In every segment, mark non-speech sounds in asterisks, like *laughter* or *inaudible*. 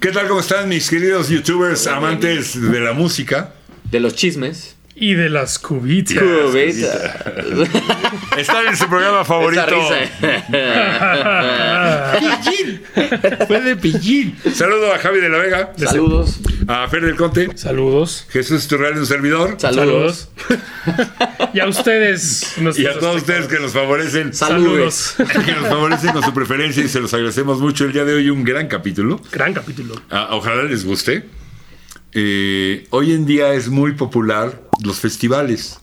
¿Qué tal? ¿Cómo están mis queridos youtubers amantes de la música? De los chismes. Y de las cubitas. Cubeta. Están en su programa Esa favorito. eh. *laughs* risa. ¡Pillín! ¡Fue de pillín! Saludo a Javi de la Vega, Saludos. a Fer del Conte, Saludos. Jesús Turral, un servidor, Saludos. y a ustedes. y nuestros a todos ustedes que nos favorecen. Saludos. Saludos. que nos favorecen con su preferencia y se los agradecemos mucho. El día de hoy un gran capítulo. Gran capítulo. Ah, ojalá les guste. Eh, hoy en día es muy popular los festivales.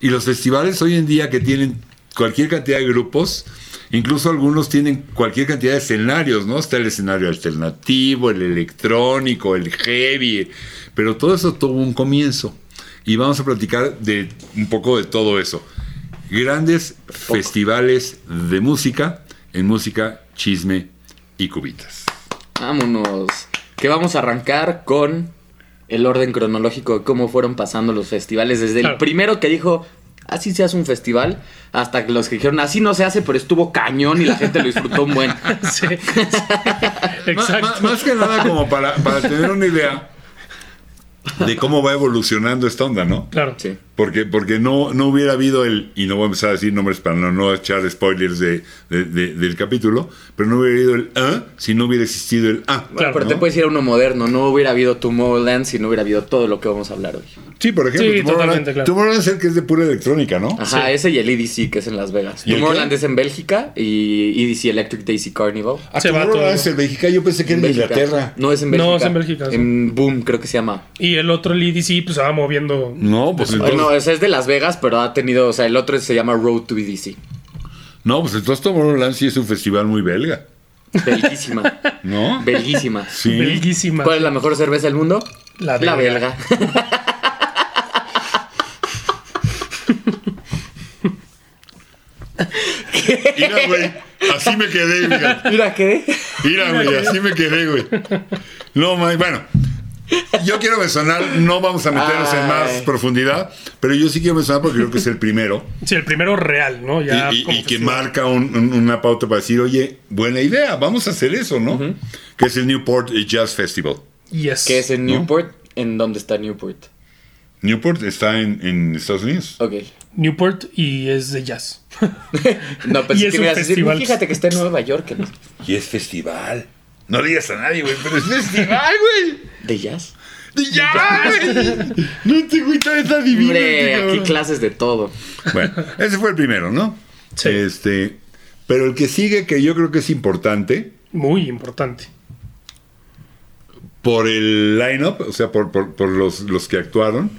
Y los festivales hoy en día que tienen cualquier cantidad de grupos, incluso algunos tienen cualquier cantidad de escenarios, ¿no? Está el escenario alternativo, el electrónico, el heavy, pero todo eso tuvo un comienzo. Y vamos a platicar de un poco de todo eso. Grandes festivales de música en música, chisme y cubitas. Vámonos. Que vamos a arrancar con el orden cronológico de cómo fueron pasando los festivales. Desde el Claro. primero que dijo, así se hace un festival, hasta que los que dijeron, así no se hace, pero estuvo cañón y la gente lo disfrutó un buen. Sí, sí. Ma- Exacto. ma- más que nada como para, para tener una idea de cómo va evolucionando esta onda, ¿no? Claro. Sí. Porque, porque no, no hubiera habido el, y no voy a empezar a decir nombres para no, no echar spoilers de, de- de- del capítulo, pero no hubiera habido el A si no hubiera existido el ah, A. Claro. Pero ¿no? te puedes ir a uno moderno, no hubiera habido Tomorrowland si no hubiera habido todo lo que vamos a hablar hoy. Sí, por ejemplo, Sí, Tomorrowland, totalmente, claro. Tomorrowland es el que es de pura electrónica, ¿no? Ajá, Sí. ese y el EDC que es en Las Vegas. ¿Y el Tomorrowland qué? es en Bélgica y EDC Electric Daisy Carnival. Ah, Se va Tomorrowland todo. es el mexicano, yo pensé que era en Bélgica. Inglaterra. No, es en Bélgica. No, es en Bélgica, sí. En Boom, creo que se llama. Y el otro, el EDC, pues se va moviendo. No, pues Ay, entonces, no, ese es de Las Vegas, pero ha tenido, o sea, el otro se llama Road to EDC. no, pues entonces Tomorrowland sí es un festival muy belga, *laughs* Belguísima. ¿no? Belguísima. Sí. Belguísima. ¿Cuál es la mejor cerveza del mundo? La belga. *laughs* belga. Mira, güey, así me quedé, mira. Mira, ¿qué? Mira, güey, así me quedé, güey. No, man, bueno. Yo quiero mencionar, no vamos a meternos en más Ay. profundidad, pero yo sí quiero mencionar porque creo que es el *laughs* primero Sí, el primero real, ¿no? y, Ya y- como y que festival. marca un- un- una pauta para decir, oye, buena idea, vamos a hacer eso, ¿no? Que es el Newport Jazz Festival. Yes. Que es en ¿No? Newport. ¿En dónde está Newport? Newport está en, en Estados Unidos. Ok. Newport y es de jazz. No, pensé *laughs* Y es que un me ibas a decir, festival. fíjate que está en Nueva York. que no- Y es festival. No le digas a nadie, güey, pero es festival, güey. ¿De jazz? ¡De jazz! güey. No te gusta esa divina. Hombre, este aquí cabrón. clases de todo. Bueno, ese fue el primero, ¿no? Sí. Este, pero el que sigue, que yo creo que es importante, Muy importante. por el line-up, o sea, por, por- por los, los que actuaron,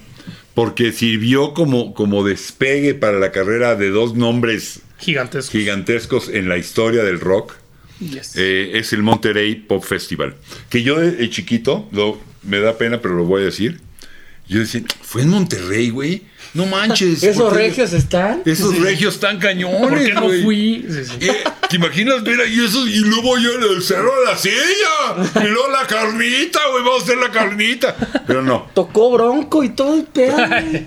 porque sirvió como, como despegue para la carrera de dos nombres Gigantesco. gigantescos en la historia del rock, Yes. eh, es el Monterey Pop Festival. Que yo de, de chiquito, lo- me da pena, pero lo voy a decir, yo decía, fue en Monterrey, güey, no manches. *laughs* ¿Esos ¿por qué- regios están? Esos regios tan cañones, ¿Por qué no güey? fui? Sí, sí. Eh, ¿Te imaginas ver ahí esos? Y luego yo en el cerro de la silla. Y luego la carnita, güey. Vamos a hacer la carnita. Pero no, Tocó bronco y todo el *laughs* pedo. güey.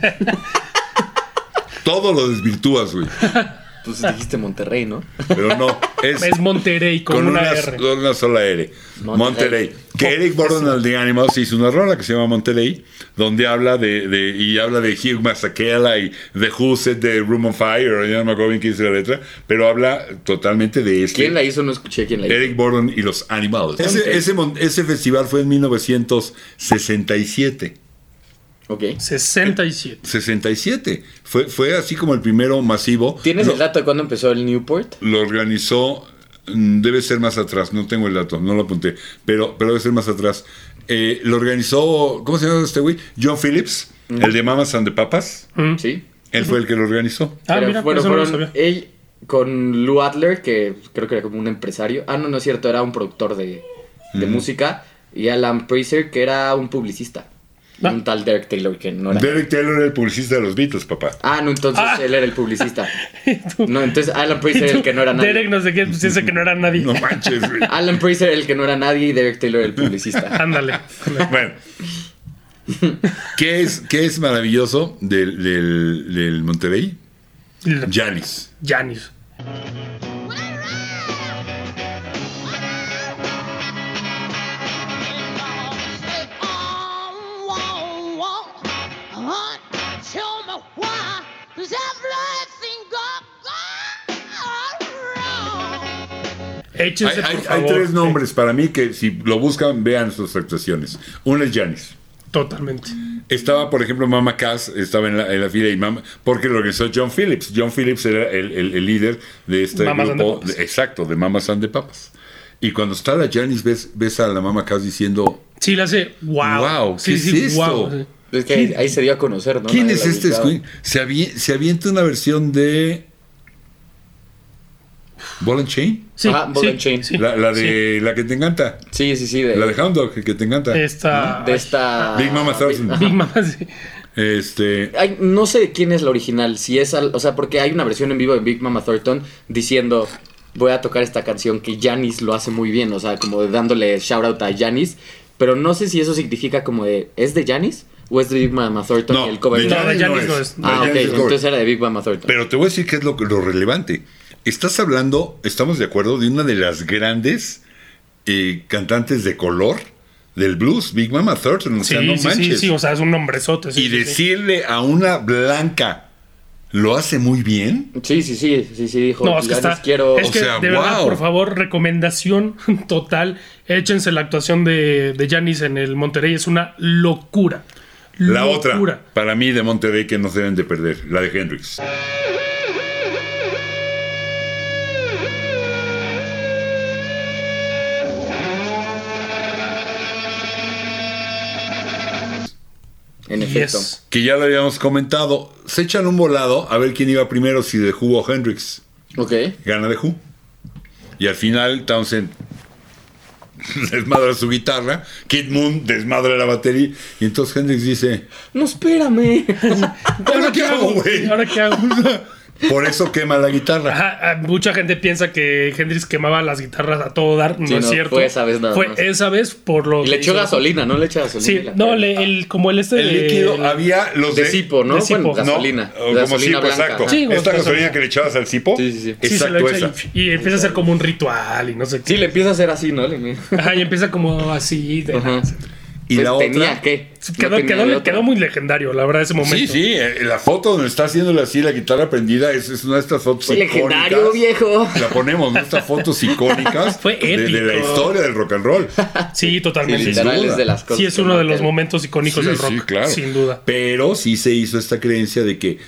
todo lo desvirtúas, güey. pues dijiste Monterrey, ¿no? Pero no, es, Es Monterrey con, una, R. con una sola R. Monterrey. Monterrey. Que Eric Borden al de Animals hizo una rola que se llama Monterrey, donde habla de, de- y habla de Hugh Masakela y de Who Set de Room on Fire, ya no me acuerdo bien quién hizo la letra, pero habla totalmente de este. ¿Quién la hizo? No escuché quién la hizo. Eric Borden y los Animals. Ese, ese mon- ese festival fue en 1967. Ok. 67. 67. Fue, fue así como el primero masivo. ¿Tienes lo, el dato de cuándo empezó el Newport? Lo organizó, mm, debe ser más atrás, no tengo el dato, no lo apunté, pero, pero debe ser más atrás. Eh, lo organizó, ¿cómo se llama este güey? John Phillips, el de Mamas and the Papas. Mm. Sí. Él fue el que lo organizó. Ah, Pero mira, fueron- eso no lo fueron sabía. él con Lou Adler, que creo que era como un empresario. Ah, no, no es cierto, era un productor de, de Mm. música. Y Alan Priester, que era un publicista. Ah. Un tal Derek Taylor, que no era. Derek Taylor era el publicista de los Beatles, papá. Ah, no, entonces Ah. él era el *laughs* publicista. Tú- No, entonces Alan Priester, el que *laughs* no era nadie. Derek no sé qué, pues ese que no era nadie. No manches, güey. Alan Priester, el que no era nadie, y Derek Taylor, el *laughs* publicista. Ándale. *laughs* Bueno. ¿Qué es, qué es maravilloso del, del- del Monterrey? Janis. Janis. What a ride! What a ride! Échense, hay, hay- por hay favor. tres nombres para mí que si lo buscan, vean sus actuaciones. Uno es Janis. Totalmente. Estaba, por ejemplo, Mama Cass, estaba en la, en la fila y Mama, porque lo organizó John Phillips. John Phillips era el, el- el líder de este Mamas and the grupo. Papas. de- exacto, de Mamas and the Papas. Y cuando está la Janis, ves, ves a la Mama Cass diciendo, Sí, la hace. Wow. Wow, sí, ¿qué sí, es wow. esto? sí. Es que ahí, ahí se dio a conocer, ¿no? ¿quién Nadie es la este ubicaba. Squid? Se, avi- se avienta una versión de... Ball and Chain, Sí, Ajá, Ball sí, and Chain. sí, la, la de la que te encanta, Sí, sí, sí. De, la de Hound Dog, que te encanta. sí. Esta. *laughs* de esta. Big Mama Thousand. Big Mama, sí. Este, Ay, no sé quién es la original, si es al- o sea, porque hay una versión en vivo de Big Mama Thornton diciendo voy a tocar esta canción que Janis lo hace muy bien, o sea, como de dándole shout out a Janis, pero no sé si eso significa como de es de Janis o es de Big Mama Thornton no, y el cover de de- Janis. No, de no es. De Ah, Janis ok, es cover. entonces era de Big Mama Thornton. Pero te voy a decir qué es lo, lo relevante. Estás hablando, estamos de acuerdo, de una de las grandes eh, cantantes de color del blues, Big Mama Thornton. O Sí, sea, no sí, sí, manches. sí, o sea, es un nombrezote. sí, y sí, sí. decirle a una blanca, lo hace muy bien. Sí, sí, sí, sí, sí, dijo, No, es que "Janis, está. quiero... Es O que, sea, de verdad, wow. por favor, recomendación *laughs* total. Échense la actuación de, de Janis en el Monterrey. Es una locura. La locura. otra, para mí, de Monterrey, que no se deben de perder, la de Hendrix. En efecto. Yes. Que ya lo habíamos comentado, se echan un volado a ver quién iba primero, si de Who o Hendrix. Ok. gana de Who. Y al final Townsend *laughs* desmadra su guitarra, Kid Moon desmadra la batería, y entonces Hendrix dice, No, espérame. *laughs* ¿ahora qué hago, güey? ¿Y ahora qué hago? Por eso quema la guitarra. Ajá, ah, mucha gente piensa que Hendrix quemaba las guitarras a todo dar. No Sí, es no, cierto. fue esa vez nada Fue más. esa vez por lo. y le que echó hizo. gasolina, ¿no? Le echa gasolina. y Sí, la- no, le- el, como el este El de- líquido ah, había los De cipo, ¿no? de cipo. Bueno, No, gasolina. o como gasolina cipo, blanca. exacto. ajá. Sí, Esta gasolina. gasolina que le echabas al cipo, Sí, sí, sí. Sí, se lo exacto echa esa. y, y empieza a ser como un ritual y no sé qué. Sí, le empieza a hacer así, ¿no? Le- Ajá, y empieza como así. de- Ajá. Y Pues la tenía otra... que. Quedó, No tenía quedó- de otra. quedó muy legendario, la verdad, ese momento. Sí, sí, eh, la foto donde está haciéndole así la guitarra prendida es, es una de estas fotos Fue legendario, icónicas. viejo. La ponemos, ¿no? estas fotos icónicas *laughs* Fue de- de la épico. historia del rock and roll. Sí, totalmente. Sí, Sí, sin Literal, duda. es de las cosas. es que uno de los marcan. momentos icónicos Sí, del sí, rock, claro. sin duda. Pero sí se hizo esta creencia de que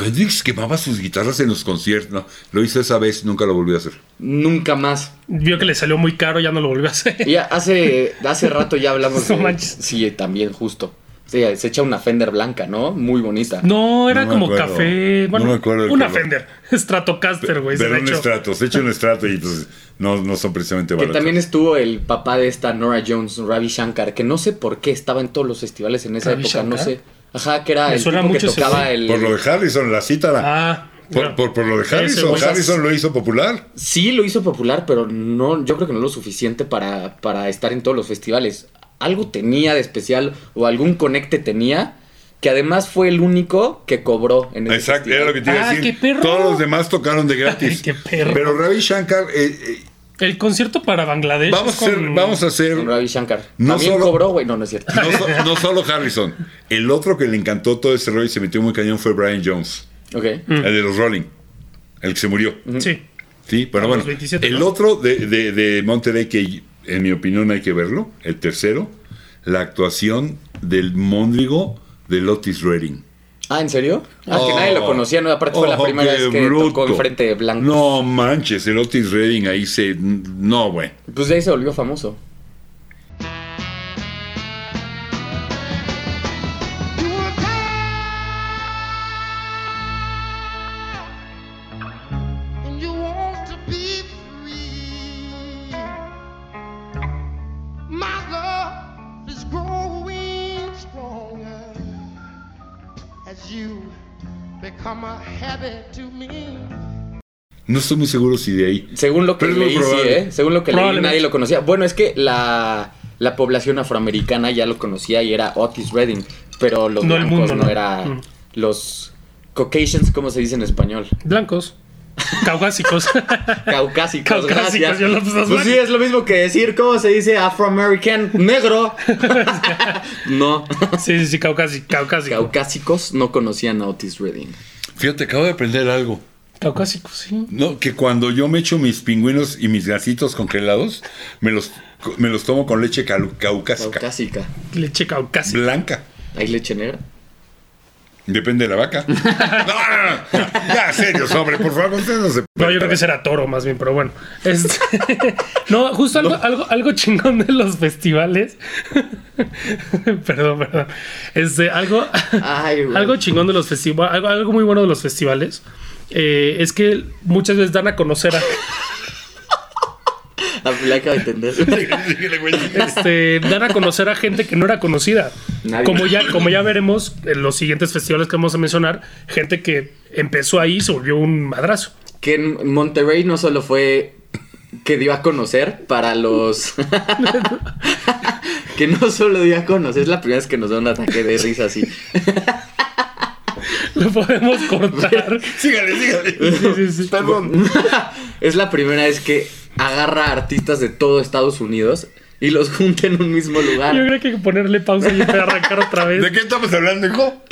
Hendrix quemaba sus guitarras en los conciertos. No, lo hizo esa vez, nunca lo volvió a hacer. Nunca más. Vio que le salió muy caro, ya no lo volvió a hacer. Y hace, hace rato ya hablamos *laughs* No de- manches. Sí, también, justo. Sí, se echa una Fender blanca, ¿no? Muy bonita. No, era No me como acuerdo. café. No Bueno, me acuerdo del una color. Fender. *laughs* Stratocaster, Este güey. se Pero la un echó. estrato, se echa un estrato y entonces no, no son precisamente Que baratos. también estuvo el papá de esta Nora Jones, Ravi Shankar, que no sé por qué estaba en todos los festivales en esa ¿Ravi época, no Shankar? sé. Ajá, que era Me el suena tipo que mucho ese tocaba güey. el... Por lo de Harrison, la cítara. Ah, por, bueno. por- por lo de Ese, Harrison. güey. Harrison lo hizo popular. Sí lo hizo popular, pero no, yo creo que no lo suficiente para, para estar en todos los festivales. Algo tenía de especial o algún conecte tenía que además fue el único que cobró en ese Exacto, festival. era lo que te iba a Ah, decir. qué perro. Todos los demás tocaron de gratis. *laughs* Ay, qué perro. Pero Ravi Shankar, eh, eh, El concierto para Bangladesh. vamos, es a hacer, con- vamos a hacer Con Ravi Shankar. No También solo- cobró, güey. No, no es cierto. *laughs* no, so- no solo Harrison. El otro que le encantó todo ese rollo y se metió muy cañón fue Brian Jones, Ok. Mm. el de los Rolling, el que se murió. Sí. Sí, pero A bueno. los 27, el ¿no? otro de, de, de Monterrey, que en mi opinión hay que verlo, el tercero, la actuación del Móndrigo de Lotis Redding. Ah, ¿en serio? Ah, que Oh. nadie lo conocía, ¿no? Aparte fue la Ojo, primera qué vez que bruto. tocó enfrente de Blanco. No manches, el Otis Redding ahí se. No, güey. Pues de ahí se volvió famoso. You become a habit to me. No estoy muy seguro si de ahí. Según lo que Pero es muy leí, sí, probable. ¿eh? Según lo que leí, Probablemente. nadie lo conocía. Bueno, es que la, la población afroamericana ya lo conocía y era Otis Redding, pero los No el blancos mundo, no, ¿no? era... Mm. Los Caucasians, ¿cómo se dice en *laughs* español? Blancos. *laughs* Caucásicos. Caucásicos, Caucásicos, gracias. yo lo puse Pues mal. sí, es lo mismo que decir, ¿cómo se dice afroamerican? *laughs* Negro. no. sí, sí, sí, caucásico. caucásico. Caucásicos no conocían a Otis Redding. Fíjate, acabo de aprender algo. Caucásico, sí. No, que cuando yo me echo mis pingüinos y mis gasitos congelados, me los, me los tomo con leche calu- caucásica, Caucásica. Leche caucásica. blanca. ¿Hay leche negra? Depende de la *laughs* vaca. No, no, no, no. Ya, serio, sobre, por favor, ustedes no se *laughs* No, yo creo que será toro más bien, pero bueno. Este, *laughs* no, justo algo, algo, algo chingón de los festivales. *laughs* perdón, perdón. Este, algo, Ay, güey. algo chingón de los festivales. Algo, algo muy bueno de los festivales. eh, es que muchas veces dan a conocer a. La Ah, la acabo de entender. Síguele, güey, síguele. este, dar a conocer a gente que no era conocida. Nadie. Como ya, como ya veremos en los siguientes festivales que vamos a mencionar, gente que empezó ahí y se volvió un madrazo. *laughs* que en Monterrey no solo fue que dio a conocer para los. *laughs* que no solo dio a conocer, es la primera vez que nos da un ataque de risa así. *laughs* Lo podemos cortar. Sígale, sígale. Sí, sí, sí. es la primera vez que agarra a artistas de todo Estados Unidos y los junta en un mismo Yo lugar. creo que hay que ponerle pausa y arrancar otra ¿De vez. qué estamos hablando, hijo?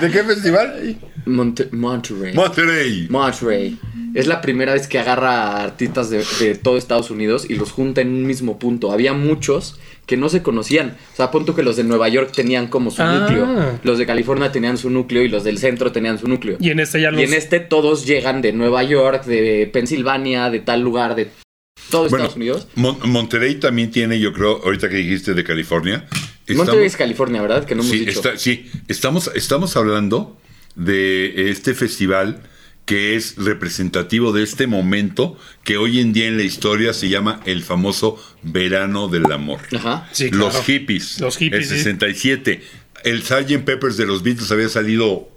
¿De qué festival? Monte- Monterrey. Monterrey. Monterrey. Es la primera vez que agarra a artistas de, de todo Estados Unidos y los junta en un mismo punto. Había muchos que no se conocían. O sea, punto que los de Nueva York tenían como su Ah. núcleo. Los de California tenían su núcleo y los del centro tenían su núcleo. Y en este ya los. Y en este todos llegan de Nueva York, de Pensilvania, de tal lugar, de todo Bueno, Estados Unidos. Mon- Monterrey también tiene, yo creo, ahorita que dijiste de California. estamos- Monterrey es California, ¿verdad? Que no hemos sí, dicho. está- sí, estamos, estamos hablando de este festival que es representativo de este momento que hoy en día en la historia se llama el famoso verano del amor. Ajá. Sí, claro. los hippies. Los hippies, sí. El 67. El Sgt. Peppers de los Beatles había salido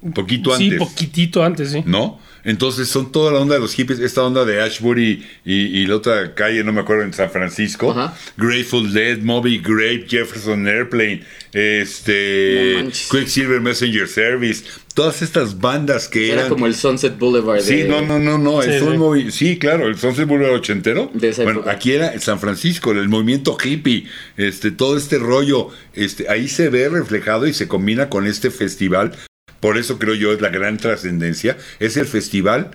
un poquito Sí, antes. poquitito antes, sí. ¿No? Entonces son toda la onda de los hippies, esta onda de Ashbury y, y la otra calle, no me acuerdo, en San Francisco. Ajá. Grateful Dead, Moby Grape, Jefferson Airplane, No este manches. Quicksilver Messenger Service, todas estas bandas que Era eran. como el Sunset Boulevard. Sí, de- no, no, no, no. Sí, es un sí. movi- sí, claro, el Sunset Boulevard ochentero. De esa bueno, época. aquí era en San Francisco, el movimiento hippie, este, todo este rollo, este, ahí se ve reflejado y se combina con este festival. Por eso creo yo es la gran trascendencia. Es el festival,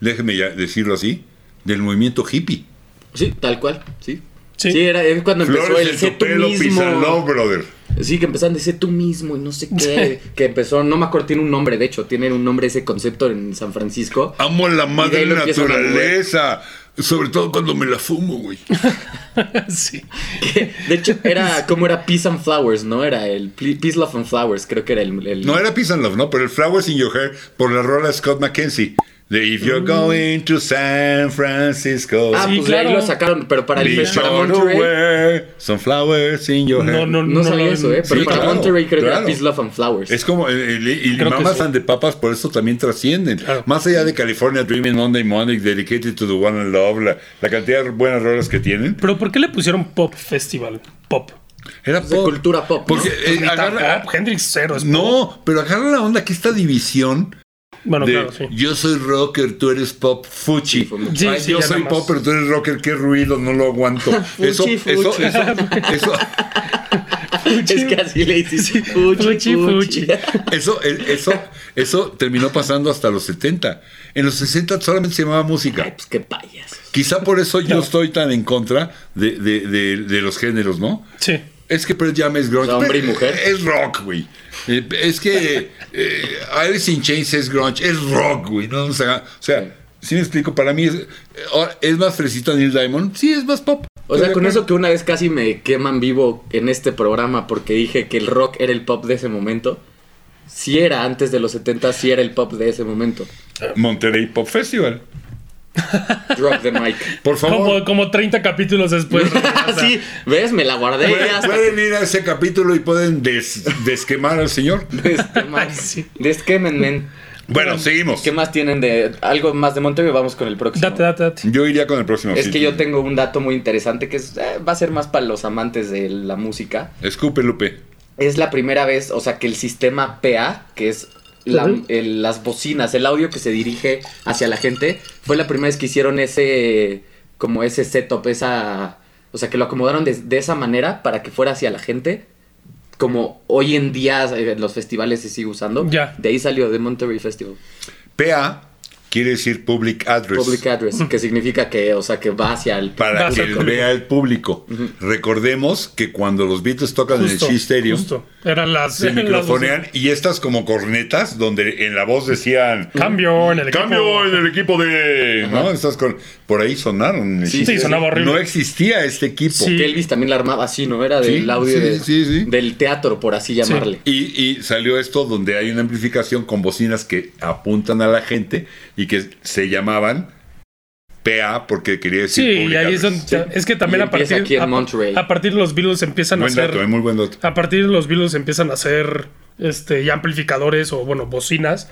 déjeme ya decirlo así, del movimiento hippie. Sí, tal cual. Sí. Sí. Sí, era, es cuando empezó Flores el sé en tu tú pelo, mismo. Pisanó, brother. Sí, que empezaron de sé tú mismo y no sé qué. que empezó, no me acuerdo, tiene un nombre, de hecho, tiene un nombre ese concepto en San Francisco. Amo la madre ahí lo empiezan a mover. naturaleza. Sobre todo cuando me la fumo, güey. Mm. *laughs* Sí. Que, de hecho, era como era Peace and Flowers, ¿no? Era el Pl- Peace, Love and Flowers, creo que era el. el- No era Peace and Love, ¿no? Pero el Flowers in Your Hair por la rola Scott McKenzie. De If Mm. You're Going to San Francisco. Ah, Sí, pues de ahí claro. lo sacaron, pero para el be para sure to Monterrey- wear some flowers in your hair. No, no, no. No, sabía lo- eso, ¿eh? Pero Sí, para claro, Monterrey creo que claro. era Peace, Love and Flowers. Es como el, el- y Creo que Mamas sí. and the Papas, por eso también trascienden. Claro. Más allá de California Dreaming, Monday Monday, Dedicated to the One and Love, la, la cantidad de buenas rolas que tienen. Pero ¿por qué le pusieron Pop Festival? Pop. Era de pop. cultura pop, ¿no? Porque eh, Ni tan agarra- pop, Hendrix cero. es pues, pop. no, pero agarra la onda que esta división Bueno, de claro, sí. yo soy rocker, tú eres pop, fuchi. Sí, fue mucho. Sí, pues, Ay, sí, yo ya soy nada más. pop, pero tú eres rocker, qué ruido, no lo *laughs* aguanto. eso, Fuchi, fuchi. eso, eso, eso, *laughs* Es que así le hiciste. Fuchi, Fuchi, fuchi. fuchi. eso, e- eso, eso terminó pasando hasta los 70. En los 60 solamente se llamaba *laughs* Ay, música. pues qué payasos. Quizá por eso yo estoy tan en contra de, de- de- de los géneros, ¿no? Sí. Es que Pearl Jam es grunge. O sea, hombre y Pero mujer. Es rock, güey. Eh, Es que eh, Alice in Chains es grunge. Es rock, güey. No, o sea, o sea, si me explico, para mí es, eh, ahora, ¿es más fresita Neil Diamond. Sí, es más pop. O sea, con eso que una vez casi me queman vivo en este programa porque dije que el rock era el pop de ese momento. Si era antes de los 70, si era el pop de ese momento. Monterrey Pop Festival. Rock the *laughs* mic. Por favor. Como, como 30 capítulos *laughs* después. *laughs* regresa. sí, ¿ves? Me la guardé Pueden, ya hasta *laughs* pueden ir a ese capítulo y pueden des- desquemar al señor. Desqueman. Sí. Desquemen, men. Bueno, seguimos. ¿Qué más tienen de algo más de Monterrey? Vamos con el próximo. Date, date, date. Yo iría con el próximo. Es sí. que yo tengo un dato muy interesante que es, eh, va a ser más para los amantes de la música. Escupe, Lupe. Es la primera vez, o sea, que el sistema PA, que es la- Ujú. el- las bocinas, el audio que se dirige hacia la gente, fue la primera vez que hicieron ese, como ese setup, esa, o sea, que lo acomodaron de, de esa manera para que fuera hacia la gente, como hoy en día eh, en los festivales se sigue usando. Ya. De ahí salió The Monterey Festival. PA quiere decir Public Address. Public address, que significa que, o sea, que va hacia el... para Vas que a el- comer. vea el público. Recordemos que cuando los Beatles tocan Justo, en el Chisterio, Justo. Eran las. se eran las microfonean y estas como cornetas donde en la voz decían doce. Cambio en el equipo. cambio en el equipo de no estas con por ahí sonaron en el Sí, Chisterio. sí, sonaba horrible. no existía este equipo Sí. Que Elvis también la armaba así, ¿no? Era del Sí, audio sí, de- sí, sí. del teatro, por así llamarle. Y, y salió esto donde hay una amplificación con bocinas que apuntan a la gente y que se llamaban PA porque quería decir Sí, public y ahí es address. donde. Es que también Y a partir. empieza aquí en a, Monterrey. a partir los Beatles empiezan a Buen hacer. dato, eh, muy buen dato. A partir de los Beatles empiezan a hacer este, ya amplificadores o, bueno, bocinas.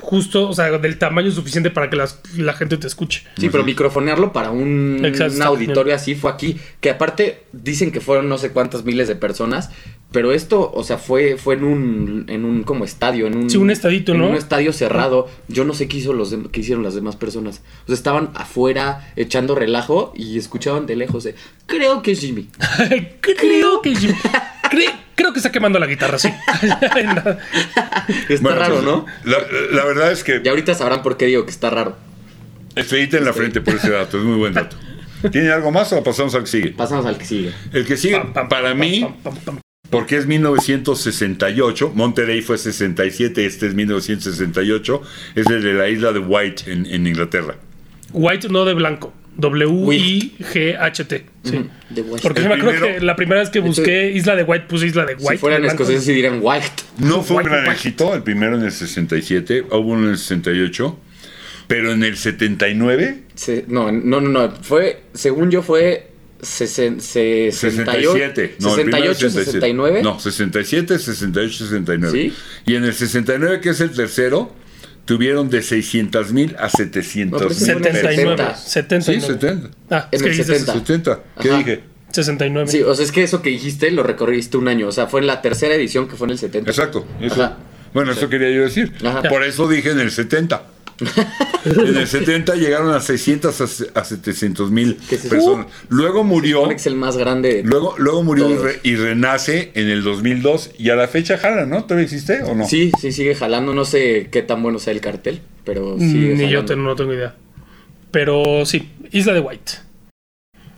Justo, o sea, del tamaño suficiente para que las- la gente *laughs* te escuche. Sí, pero microfonearlo para un, Exacto. un auditorio así fue aquí. Que aparte dicen que fueron no sé cuántas miles de personas. Pero esto, o sea, fue, fue en un, en un como estadio, en un, Sí, un estadito, en ¿no? un estadio cerrado. Yo no sé qué hizo los dem- qué hicieron las demás personas. O sea, estaban afuera echando relajo y escuchaban de lejos de, creo que es Jimmy. *laughs* creo que. Jim- cre- creo que está quemando la *laughs* guitarra, sí. Está Bueno, raro, pues, ¿no? La, la verdad es que Y ahorita sabrán por qué digo que está raro. estrellita en la frente por ese dato, es muy buen dato. ¿Tiene algo más o pasamos al que sigue? Pasamos al que sigue. El que sigue, Pam, pam, para pam, mí, pam, pam, pam. porque es 1968, Monterey fue 67, este es 1968, es el de la isla de White en, en Inglaterra. White no de blanco. W-I-G-H-T. Sí. De West. Porque El yo me acuerdo primero- que la primera vez que busqué Isla de White puse Isla de White. si fueran de blanco. escoceses, sí dirían White. No fue un White, gran White. éxito, el primero en el 67, hubo uno en el 68, pero en el 79, Se- no, no, no, no. Fue, según yo, fue sesen- se- 67. 68, No, el primero es 68, 69. No, 67, 68, 69. ¿Sí? Y en el 69, que es el tercero, tuvieron de 600 mil a 700 mil. No, pero ese fue en el 79. 70. 79. Sí, 70. Ah, En es que el dices 70. 70. ¿Qué Ajá. dije? 69. Sí, o sea, es que eso que dijiste lo recorriste un año. O sea, fue en la tercera edición que fue en el 70. Exacto. Eso. Ajá. Bueno, eso quería yo decir. Ajá. Por eso dije en el *laughs* 70. en el 70 llegaron a 600 a se- a 700 mil ¿Qué es eso? personas. Luego murió. Alex es el más grande. de- Luego, luego murió y, Todos. re- y renace en el 2002 y a la fecha jala, ¿no? ¿Todavía existe o no? Sí, sí, sigue jalando. No sé qué tan bueno sea el cartel, pero Mm, sí. Ni yo jalando. te- no tengo idea. Pero sí, Isla de White.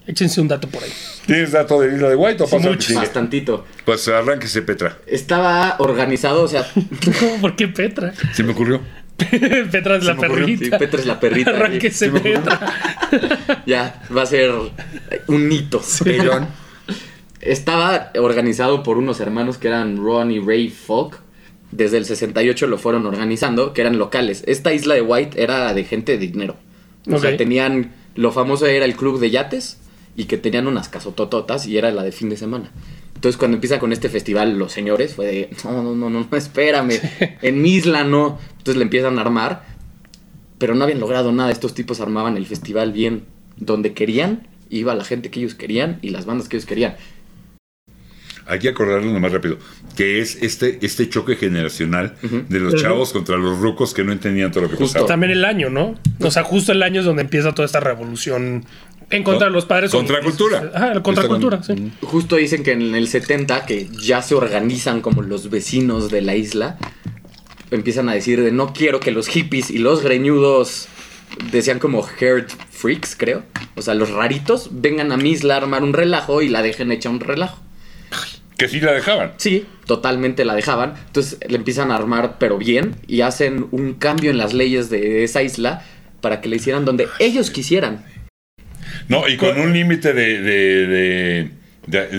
Échense un dato por ahí. ¿Tienes dato de Isla de White o pasa al que muchos. sigue? Bastantito. Pues arránquese, Petra. Estaba organizado, o sea, *laughs* ¿Por qué Petra? *laughs* Se me ocurrió. Petra es la me ocurrió, perrita. sí, Petra es la perrita, sí. Arránquese, Se me ocurrió. Petra. ya va a ser un hito. Pelón. Estaba organizado por unos hermanos que eran Ron y Ray Falk. Desde el 68 lo fueron organizando, que eran locales. Esta isla de White era de gente de dinero. O sea, Ok. tenían. Lo famoso era el club de yates y que tenían unas casotototas y era la de fin de semana. Entonces, cuando empieza con este festival, los señores fue de. No, no, no, no, no, espérame. En mi isla no. Entonces le empiezan a armar pero no habían logrado nada. Estos tipos armaban el festival bien donde querían, iba la gente que ellos querían y las bandas que ellos querían. Hay que acordarnos más rápido. Que es este, este choque generacional de los Ujú. chavos contra los rucos que no entendían todo lo que Justo. pasaba. También el año, ¿no? O sea, justo el año es donde empieza toda esta revolución en contra de los padres. Contracultura. Ah, la contracultura, sí. Justo dicen que en el 70, que ya se organizan como los vecinos de la isla, empiezan a decir de no quiero que los hippies y los greñudos, decían como herd freaks, creo, o sea, los raritos, vengan a mi isla a armar un relajo y la dejen hecha un relajo. Que sí la dejaban. Sí, totalmente la dejaban. Entonces le empiezan a armar, pero bien, y hacen un cambio en las leyes de esa isla para que le hicieran donde ellos quisieran. *laughs* No, y con un límite de, de, de- de-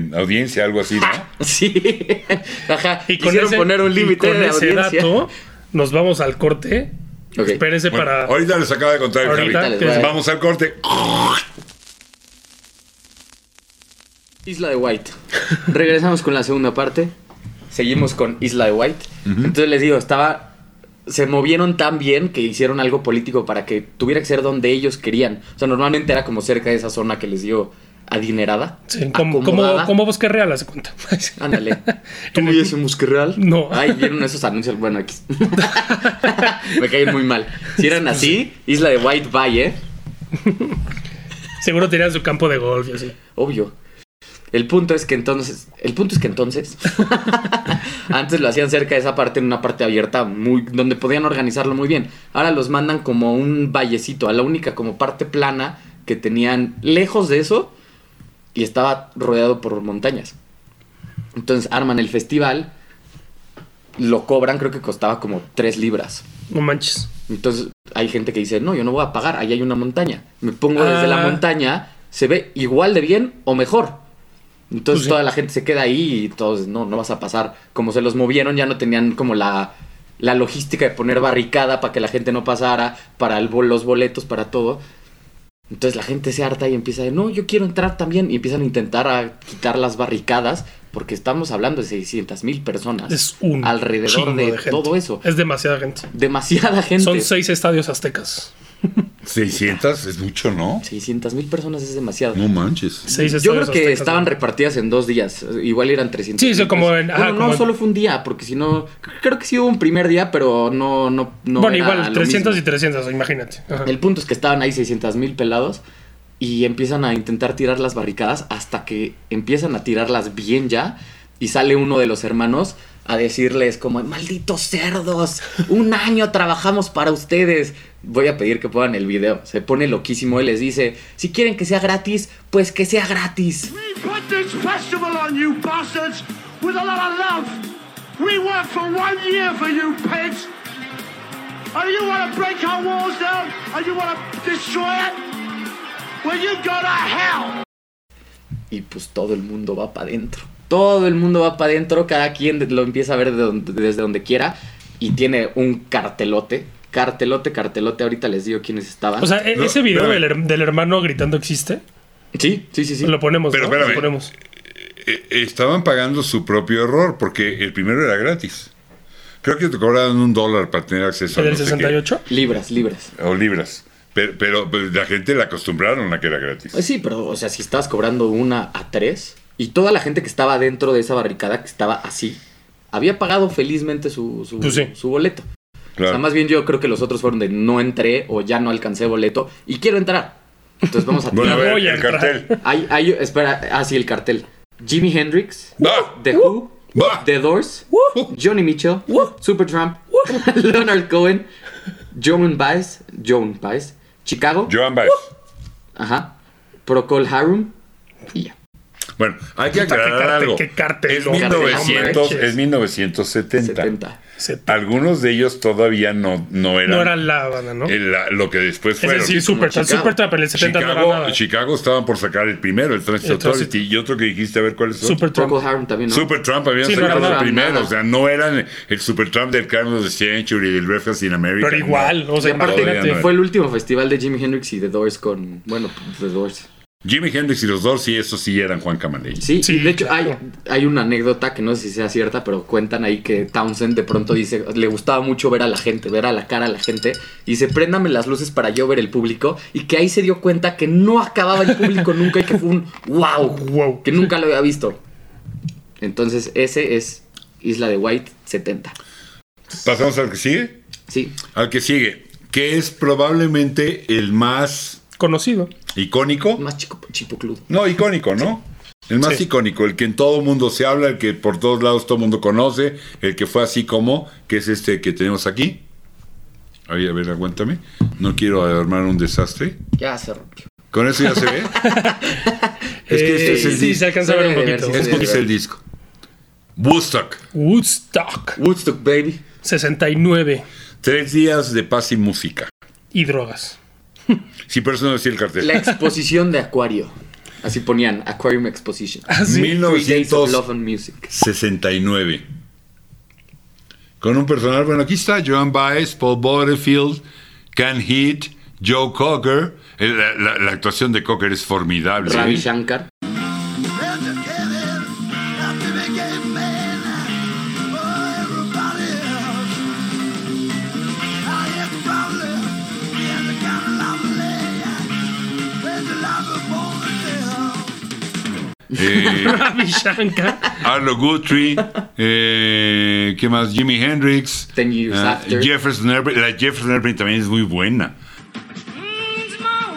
de audiencia, algo así, ¿no? Ah, Sí. Ajá. Y con Quisieron ese, poner un y límite con de ese audiencia. dato, nos vamos al corte. Ok. Espérese Bueno, para. Ahorita les acaba de contar el Ahorita Javi. les voy a- Vamos al corte. Isla de White. Regresamos con la segunda parte. Seguimos con Isla de White. Entonces les digo, estaba. Se movieron tan bien que hicieron algo político para que tuviera que ser donde ellos querían. O sea, normalmente era como cerca de esa zona que les dio adinerada. Sí, como, como, acomodada. como Bosque Real, hace cuenta. *laughs* Ándale. ¿Tú vives en Bosque Real? No. Ay, vieron esos anuncios. Bueno, *laughs* aquí. *laughs* Me caen muy mal. Si eran pues así, Isla de ¿eh? White Valle, Seguro tenían su campo de golf y así. obvio. El punto es que entonces, el punto es que entonces, antes lo hacían cerca de esa parte, en una parte abierta, muy, donde podían organizarlo muy bien. Ahora los mandan como un vallecito, a la única como parte plana que tenían lejos de eso y estaba rodeado por montañas. Entonces arman el festival, lo cobran, creo que costaba como 3 libras. No manches. Entonces hay gente que dice, no, yo no voy a pagar, ahí hay una montaña. Me pongo desde la Ah. montaña, se ve igual de bien o mejor. Entonces Pues sí. toda la gente se queda ahí y todos, no, no vas a pasar. Como se los movieron, ya no tenían como la, la logística de poner barricada para que la gente no pasara, para el, bol- los boletos, para todo. Entonces la gente se harta y empieza de, no, yo quiero entrar también. Y empiezan a intentar a quitar las barricadas, porque estamos hablando de 600 mil personas Es un alrededor chingo de, gente. todo eso. Es demasiada gente. Demasiada gente. Son seis estadios aztecas. 600 es mucho, ¿no? 600 mil personas es demasiado. No manches. Seis Yo estadios creo que aztecas, estaban ¿no? repartidas en dos días. eh, Igual eran 300. Sí, sí, mil como pesos. en- ajá, Bueno, como no en- solo fue un día, porque si no. Creo que sí hubo un primer día, pero no. no, no bueno, era igual, lo 300 mismo. y 300, imagínate. Ajá. El punto es que estaban ahí 600 mil pelados y empiezan a intentar tirar las barricadas hasta que empiezan a tirarlas bien ya y sale uno de los hermanos a decirles como, malditos cerdos, un año trabajamos para ustedes. Voy a pedir que pongan el video. Se pone loquísimo y les dice, si quieren que sea gratis, pues que sea gratis. We put this festival on you bastards with a lot of love. We worked for one year for you pigs. And you want to break our walls down? And you want to destroy it? Well, you go to hell. Y pues todo el mundo va para adentro. Todo el mundo va para adentro, cada quien lo empieza a ver de donde- desde donde quiera y tiene un cartelote. Cartelote, cartelote, ahorita les digo quiénes estaban. O sea, e- No, ese video espérame. del, her- del hermano gritando existe. Sí, sí, sí, sí. Lo ponemos, Pero ¿no? espérame. Lo ponemos. Eh, Estaban pagando su propio error porque el primero era gratis. Creo que te cobraban un dólar para tener acceso a ¿El no del sé qué. 68? Libras, libras. o libras. Pero, pero, pero la gente la acostumbraron a que era gratis. Pues sí, pero, o sea, si estabas cobrando una a tres y toda la gente que estaba dentro de esa barricada, que estaba así, había pagado felizmente su, su, Pues sí. su boleto. O sea, Claro. más bien yo creo que los otros fueron de no entré o ya no alcancé boleto y quiero entrar. Entonces vamos a Bueno, a tirar. ver, voy a el entrar. cartel. Hay, hay- espera, ah, sí, el cartel. Jimi Hendrix, ¡Ah! The Who, Bah. The Doors, Johnny Mitchell, Supertramp, *laughs* Leonard Cohen, Joan Baez, Joan Baez, Chicago, Joan Baez. Uh. Ajá. Procol Harum. Y ya. Bueno, hay que Puta, qué aclarar cartel, algo. qué cartel, es, no 1900, manches. es 1970. 70. Se- Algunos de ellos todavía no, no eran Eh, No era la banda, ¿no? el- la- lo que después es fueron. decir, Supertramp. Chicago. Supertramp en el 70 no era Chicago, nada. Chicago estaban por sacar el primero, el Transit El Transit. Authority, y otro que dijiste, a ver cuáles son. Super, Supertramp. Procol Harum también, ¿no? Trump habían Sí, no sacado era el nada. primero, Nada. o sea, no eran el Super Trump del Carlos de Century, del Breakfast in America. Pero igual, no. o sea, Y aparte, Todavía no. imagínate. fue el último festival de Jimi Hendrix y The Doors con. Bueno, The Doors. Jimi Hendrix y los Dorsey, esos sí eran Juan Camaney. Sí, Sí, y de hecho hay, claro. hay una anécdota que no sé si sea cierta, pero cuentan ahí que Townsend de pronto dice, le gustaba mucho ver a la gente, ver a la cara a la gente, y dice, préndame las luces para yo ver el público, y que ahí se dio cuenta que no acababa el *laughs* público nunca y que fue un wow, Wow. que nunca lo había visto. Entonces ese es Isla de White 70. Pasamos al que sigue. Sí, Al que sigue, que es probablemente el más Conocido. icónico. más chico, chipocludo. No, icónico, ¿no? El más Sí. icónico, el que en todo mundo se habla, el que por todos lados todo mundo conoce, el que fue así como, que es este que tenemos aquí. Ay, a ver, aguántame. No quiero armar un desastre. Ya se rompió. Con eso ya se *laughs* ve. es que este Eh, es el sí, disco. se alcanza a ver un Debe de poquito. ver, Este es el disco. Woodstock. Woodstock. Woodstock, baby. 69. Tres días de paz y música. Y drogas. Sí, pero eso no decía el cartel. La exposición de Acuario. Así ponían, Aquarium Exposition. Así. *laughs* Three Days of 1900. Love and Music. 69. Con un personal, bueno, aquí está Joan Baez, Paul Butterfield, Can Heat, Joe Cocker. El- La, la- la actuación de Cocker es formidable. ¿eh? Ravi Shankar. Eh, Ravi Shankar. Arlo Guthrie, eh, ¿qué más? Jimi Hendrix. Ten Years ah, After. Jefferson Airplane. La Jefferson Airplane también es muy buena. Morning,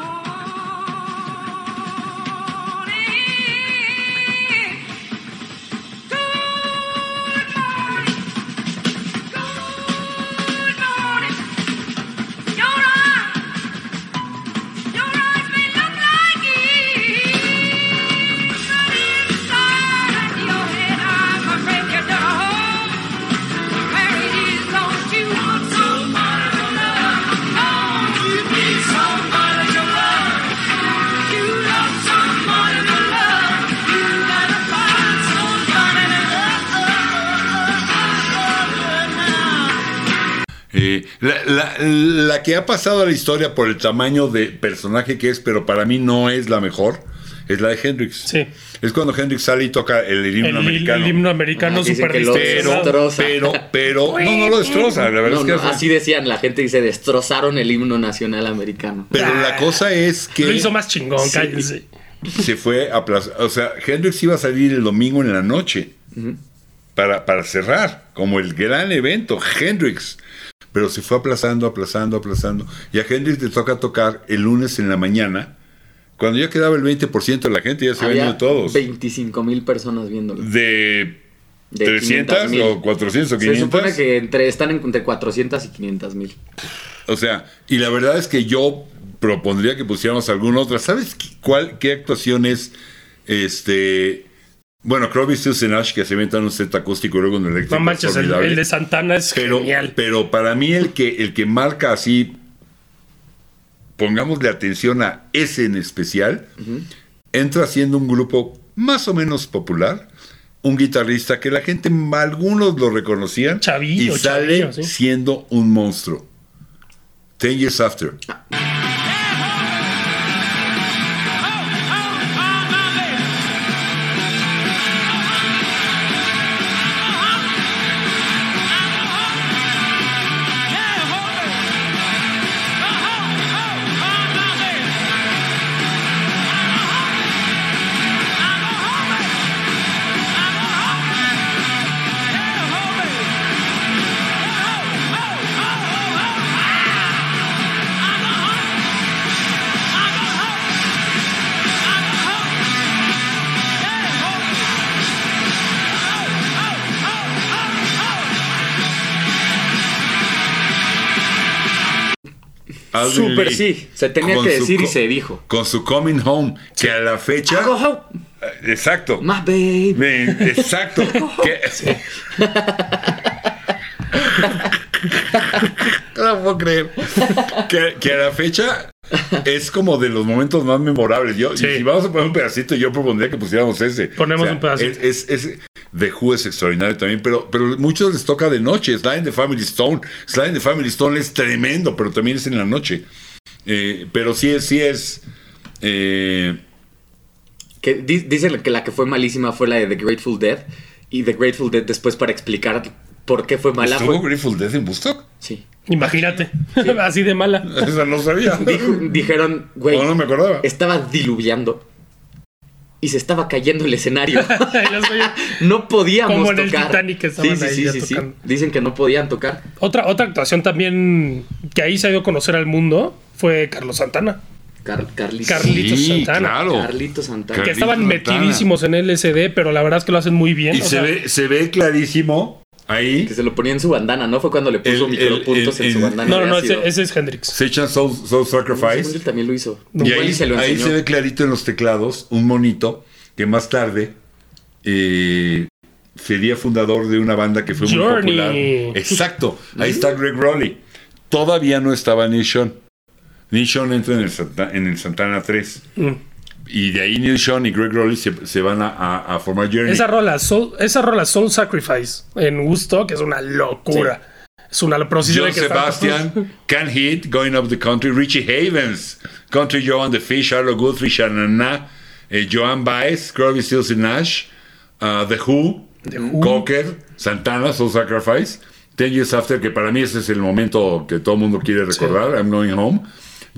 Eh, la, la- la que ha pasado a la historia por el tamaño de personaje que es, pero para mí no es la mejor, es la de Hendrix. Sí. Es cuando Hendrix sale y toca el himno El, americano. el himno americano Ah, que dicen super que lo pero, distorsionado. destroza. pero, pero, no, no lo destroza, la verdad No, es que no, hace- así decían, la gente dice destrozaron el himno nacional americano. Pero la cosa es que Lo hizo más chingón, Sí. cállense. se fue a plaza- O sea, Hendrix iba a salir el domingo en la noche para, para cerrar, como el gran evento, Hendrix. Pero se fue aplazando, aplazando, aplazando. Y a Hendrix le toca tocar el lunes en la mañana, cuando ya quedaba el 20% de la gente, ya se habían Había ido todos. 25 mil personas viéndolo. De De 300 500,000. o 400 o 500. Se supone que entre, están en- entre 400 y 500 mil. O sea, y la verdad es que yo propondría que pusiéramos alguna otra. ¿Sabes qué- cuál, qué actuación es? Este. Bueno, Crosby, Stills and Nash, que se inventan un set acústico y luego un eléctrico. pues, No manches, es el, formidable. el de Santana es pero, genial. pero para mí el que, el que marca así, pongámosle atención a ese en especial, entra siendo un grupo más o menos popular, un guitarrista que la gente, algunos lo reconocían, Chavillo, y sale chavillo, sí. siendo un monstruo. Ten Years After. Alvin Ah, Súper Lee, sí, se tenía con que su decir y co- se dijo. Ah, Con su Coming Home, que a la fecha... Go home, Exacto. my baby. Eh, *laughs* Exacto. Que- *laughs* no lo puedo creer. Que, que a la fecha es como de los momentos más memorables. Yo, Sí. Si vamos a poner un pedacito, yo propondría que pusiéramos ese. Ponemos un pedacito. Es, es- es- The Who es extraordinario también, pero, pero muchos les toca de noche. Slide de Family Stone. Slide de Family Stone es tremendo, pero también es en la noche. Eh, pero sí es, sí es. eh, Que di- dicen que la que fue malísima fue la de The Grateful Dead. Y The Grateful Dead después para explicar por qué fue mala ¿Estuvo fue... Grateful Dead en Woodstock? *laughs* Sí. Imagínate. *laughs* Así de mala. Esa no sabía. Dijo- dijeron, güey, O Oh, no me acordaba. *laughs* estaba diluviando. Y se estaba cayendo el *laughs* escenario. Ahí los veo. *laughs* No podíamos Como en el tocar. Titanic que estaban ahí ya tocando. Dicen que no podían tocar. otra, otra actuación también que ahí se dio a conocer al mundo fue Carlos Santana. Car Carlitos. Carli- Carlitos sí, Santana. claro. Carlitos Santana. Que Carlitos estaban Santana. metidísimos en LSD, pero la verdad es que lo hacen muy bien. Y o se, sea, ve, se ve clarísimo ahí. Que se lo ponía en su bandana, ¿no? Fue cuando le puso El- el- micropuntos el- en su el- bandana. No, no, de no, ácido. ese, ese es Hendrix. Se echan Soul, Soul Según él Sacrifice. también lo hizo. Y Igual ahí, se lo ahí enseñó. se ve clarito en los teclados un monito que más tarde eh, sería fundador de una banda que fue muy Journey. popular. Exacto. Ahí está Greg Rowley. Todavía no estaba Nishon. Nishon entra en el, Santa- en el Santana 3. Mm. Y de ahí Nishon y Greg Rowley se, se van a, a- a formar Journey. Esa rola, Soul, esa rola Soul Sacrifice en Woodstock es una locura. Es una procesión John *laughs* Sebastian, Can Hit, Going Up the Country, Richie Havens, Country Joe and the Fish, Arlo Guthrie, Shanana, eh, Joan Baez, Crosby, Stills and Nash, uh, The Who, Cocker, Santana, Soul Sacrifice, Ten Years After, que para mí ese es el momento que todo el mundo quiere recordar, I'm Going Home,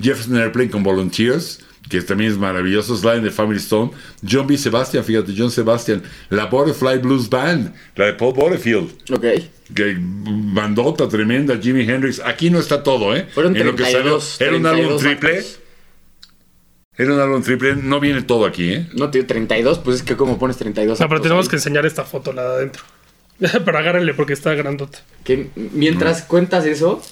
Jefferson Airplane con Volunteers, que también es maravilloso, Slide de Family Stone, John B. Sebastian, fíjate, John Sebastian, la Butterfly Blues Band, la de Paul Butterfield, Ok. que bandota tremenda, Jimi Hendrix. Aquí no está todo, ¿eh? Fueron En lo que salió, 32, Era un álbum 32 triple. actos. Era un álbum triple. No viene todo aquí, ¿eh? No, tío, 32, pues es que ¿cómo pones 32? *laughs* No, pero actos tenemos ahí? que enseñar esta foto, la de adentro. *laughs* pero agárrenle porque está grandota. *laughs* Que mientras cuentas eso,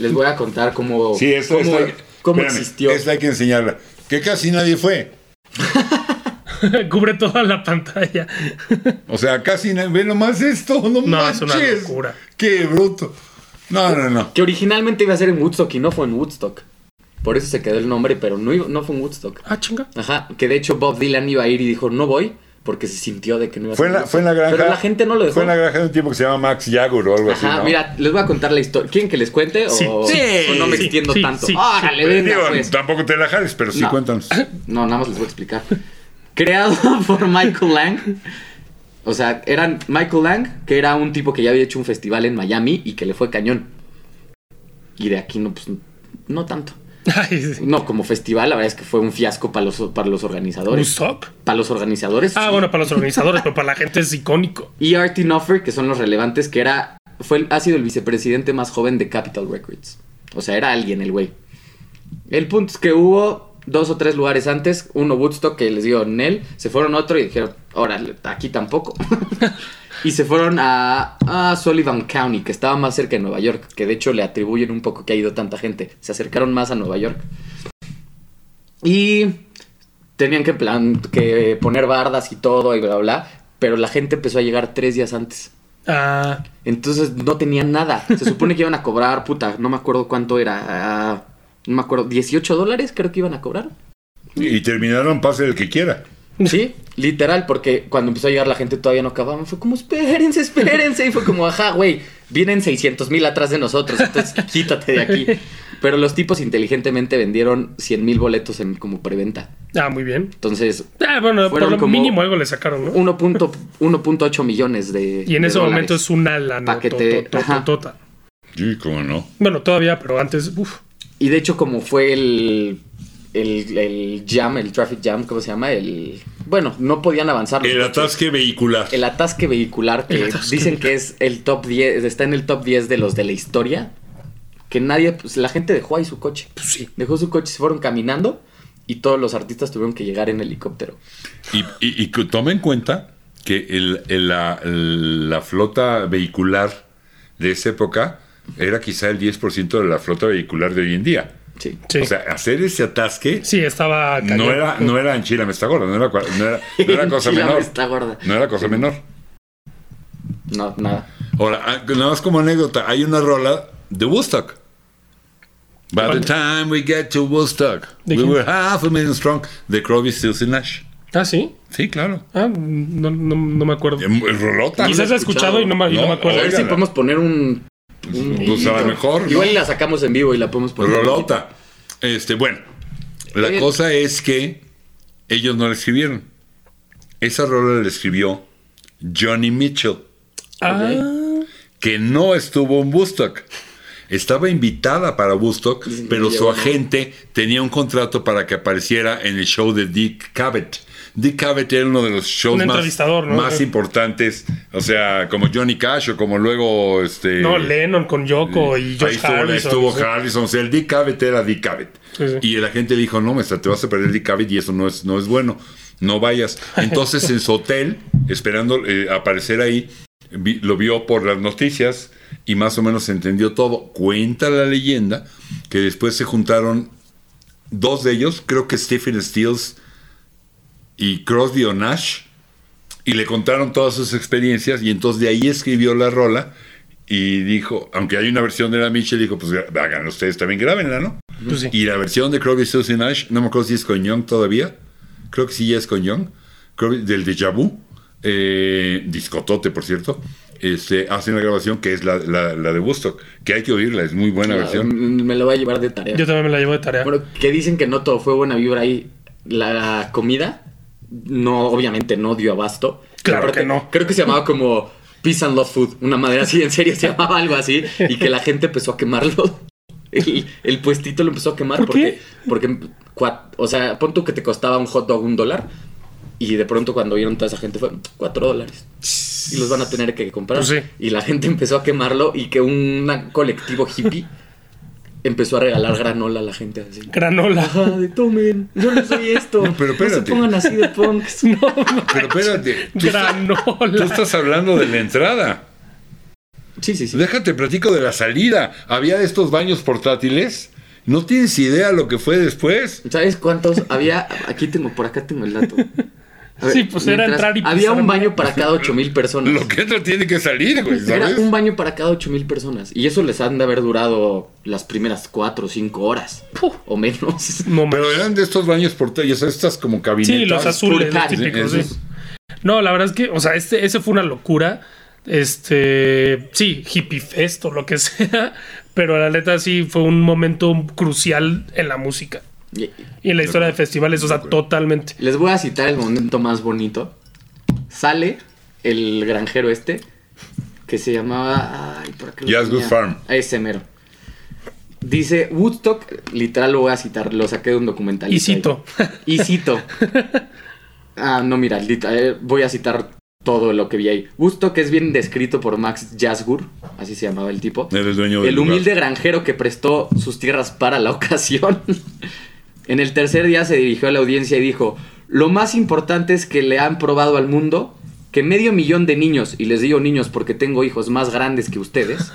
les voy a contar cómo, Sí, esto cómo, esta hay- cómo espérame, existió. Esta hay que enseñarla. Que casi nadie fue. Cubre toda la pantalla. O sea, casi nadie. Ve nomás esto. No, No, manches. es una locura. Qué bruto. No, no, no. Que originalmente iba a ser en Woodstock y no fue en Woodstock. Por eso se quedó el nombre, pero no, iba- no fue en Woodstock. Ah, chinga. *laughs* Ajá, que de hecho Bob Dylan iba a ir y dijo, no voy, porque se sintió de que no iba a Fue en ser la, ruso. fue en la granja. Pero la gente no lo dejó. Fue en la granja de un tipo que se llama Max Jagur o algo así. Ajá, ¿no? mira, les voy a contar la historia. ¿Quieren que les cuente? O, Sí, sí, o no me sí, extiendo sí, tanto. sí, Órale, venga, Digo, pues. Tampoco te la jales, pero sí No. *laughs* cuéntanos. No, nada más les voy a explicar. Creado *laughs* por Michael Lang. O sea, eran Michael Lang, que era un tipo que ya había hecho un festival en Miami y que le fue cañón. Y de aquí no, pues, no tanto. Ay, sí. No, como festival, la verdad es que fue un fiasco para los, para los organizadores. Usopp. Para los organizadores. Ah, sí. bueno, para los organizadores, pero para la gente es icónico. Y Art Knopfler, que son los relevantes, que era. Fue, el- ha sido el vicepresidente más joven de Capitol Records. O sea, era alguien el güey. El punto es que hubo dos o tres lugares antes, uno Woodstock que les dio Nel, se fueron a otro y dijeron, órale, aquí *laughs* tampoco. y se fueron a, a Sullivan County, que estaba más cerca de Nueva York, que de hecho le atribuyen un poco que ha ido tanta gente. Se acercaron más a Nueva York. Y tenían que, plan que poner bardas y todo y bla, bla, bla, pero la gente empezó a llegar tres días antes. Ah, Entonces no tenían nada. Se supone que iban a cobrar, puta, no me acuerdo cuánto era. ah, no me acuerdo, 18 dólares creo que iban a cobrar. Y terminaron pase el que quiera. Sí, literal, porque cuando empezó a llegar la gente todavía no acababan. Fue como, espérense, espérense. Y fue como, ajá, güey, vienen 600 mil atrás de nosotros, entonces quítate de aquí. Pero los tipos inteligentemente vendieron 100 mil boletos en, como preventa. ah, muy bien. Entonces, Ah, bueno, Fueron por lo como- mínimo algo le sacaron, ¿no? 1.0 1.8 millones de. Y en de ese dólares. momento es una lana. Pa' que te- to- to- to- ajá. tota. Sí, cómo no. Bueno, todavía, pero antes, uff. Y de hecho, como fue el. El, el jam, el traffic jam, ¿cómo se llama? El. Bueno, no podían avanzar. los El coches. atasque vehicular. El atasque vehicular que El atasque dicen que es el top 10, está en el top 10 de los de la historia. Que nadie, pues la gente dejó ahí su coche. Pues sí. Dejó su coche, se fueron caminando y todos los artistas tuvieron que llegar en helicóptero. Y, y, y que toma en cuenta que el- el- la, la flota vehicular de esa época era quizá el 10% de la flota vehicular de hoy en día. Sí. Sí. O sea, hacer ese atasque sí, estaba cañón. no era, no era anchila me está gorda, no era, cua- no era, no *laughs* era cosa Enchilame menor. está gorda. No era cosa menor. No, nada. Ahora, ah, nada más como anécdota, hay una rola de Woodstock. By the ¿Cuál? time we get to Woodstock, ¿De we quién? were half a million strong. The Crosby, Stills and Nash. Ah, sí. Sí, claro. Ah, no, no, no me acuerdo. Em, Rolota. Quizás Quizás la he escuchado y no me, y no No, me acuerdo. A ver si Óigala. podemos poner un. un Pues a lo mejor, ¿no? Pues, Igual y la sacamos en vivo y la podemos poner. Rolota. Este, bueno, la Oye. cosa es que ellos no la escribieron. Esa rola la escribió Johnny Mitchell, Ah, que no estuvo en Woodstock. Estaba invitada para Woodstock, Dicen que pero no su llegó, ¿no? agente tenía un contrato para que apareciera en el show de Dick Cavett. Dick Cavett era uno de los shows Un más, entrevistador, ¿no? más Sí. importantes, o sea, como Johnny Cash o como luego este no, Lennon con Yoko y ahí Josh estuvo, Harrison. estuvo sí. Harrison, o sea, el Dick Cavett era Dick Cavett. Sí, sí. Y la gente dijo, no, maestra, te vas a perder el Dick Cavett y eso no es, no es bueno, no *laughs* vayas. Entonces en su hotel, esperando eh, aparecer ahí, vi- lo vio por las noticias y más o menos entendió todo. Cuenta la leyenda que después se juntaron dos de ellos, creo que Stephen Stills y Crosby o Nash, y le contaron todas sus experiencias y entonces de ahí escribió la rola y dijo, aunque hay una versión de la Mitchell, dijo, pues gra- hagan ustedes también, grábenla, ¿no? Pues sí. Y la versión de Crosby, Stills y Nash, no me acuerdo si es con Young todavía, creo que sí ya es con Young, Crosby- del Deja Vu, eh, discotote por cierto, este, hacen la grabación que es la, la- la de Woodstock, que hay que oírla, es muy buena Ah, versión. mm, Me lo voy a llevar de tarea. Yo también me la llevo de tarea. Bueno, que dicen que no todo fue buena vibra ahí. La comida, no, obviamente no dio abasto. Claro Aparte, que no. Creo que se llamaba como Peace and Love Food, una madre así, en serio se llamaba algo así, y que la gente empezó a quemarlo. El, el puestito lo empezó a quemar ¿Por porque, qué? porque, cua- o sea, pon tú que te costaba un hot dog un dólar, y de pronto cuando vieron toda esa gente fue cuatro dólares. Y los van a tener que comprar. Pues sí. Y la gente empezó a quemarlo y que un colectivo hippie empezó a regalar granola a la gente así. *laughs* Granola. *laughs* Ajá, de tomen. Yo no soy esto. No, pero se espérate. pongan así de punks. No, manches. Pero espérate, tú estás- tú Granola. estás hablando de la entrada. Sí, sí, sí. Déjate platico de la salida. Había estos baños portátiles. No tienes idea lo que fue después. ¿Sabes cuántos había? Aquí tengo, por acá tengo el dato. A Sí, pues era mientras- entrar y Había pisar un un- baño para cada 8000 personas. Lo que entra tiene que salir, güey. ¿sabes? Era un baño para cada 8000 personas. Y eso les han de haber durado las primeras 4 o 5 horas. O menos. *laughs* No, manches. Pero eran de estos baños portátiles, estas como cabinetas. Sí, los azules, los Pulgar. típicos. sí. Esos. No, la verdad es que, o sea, este, ese fue una locura. Este, sí, hippie fest o lo que *laughs* sea, pero la neta sí fue un momento crucial en la música y en la historia de festivales, o sea, totalmente. Les voy a citar el momento más bonito. Sale el granjero este, que se llamaba... Ay, por acá lo Yazoo tenía. Farm. Ese mero. Dice, Woodstock, literal lo voy a citar, lo saqué de un documental. Y cito. Y *laughs* cito. Ah, no, mira, lita- eh, voy a citar todo lo que vi ahí. Woodstock es bien descrito por Max Jasgur, así se llamaba el tipo. Era el dueño del El lugar. humilde granjero que prestó sus tierras para la *laughs* ocasión. en el tercer día se dirigió a la audiencia y dijo, lo más importante es que le han probado al mundo que medio millón de niños, y les digo niños porque tengo hijos más grandes que *laughs* ustedes,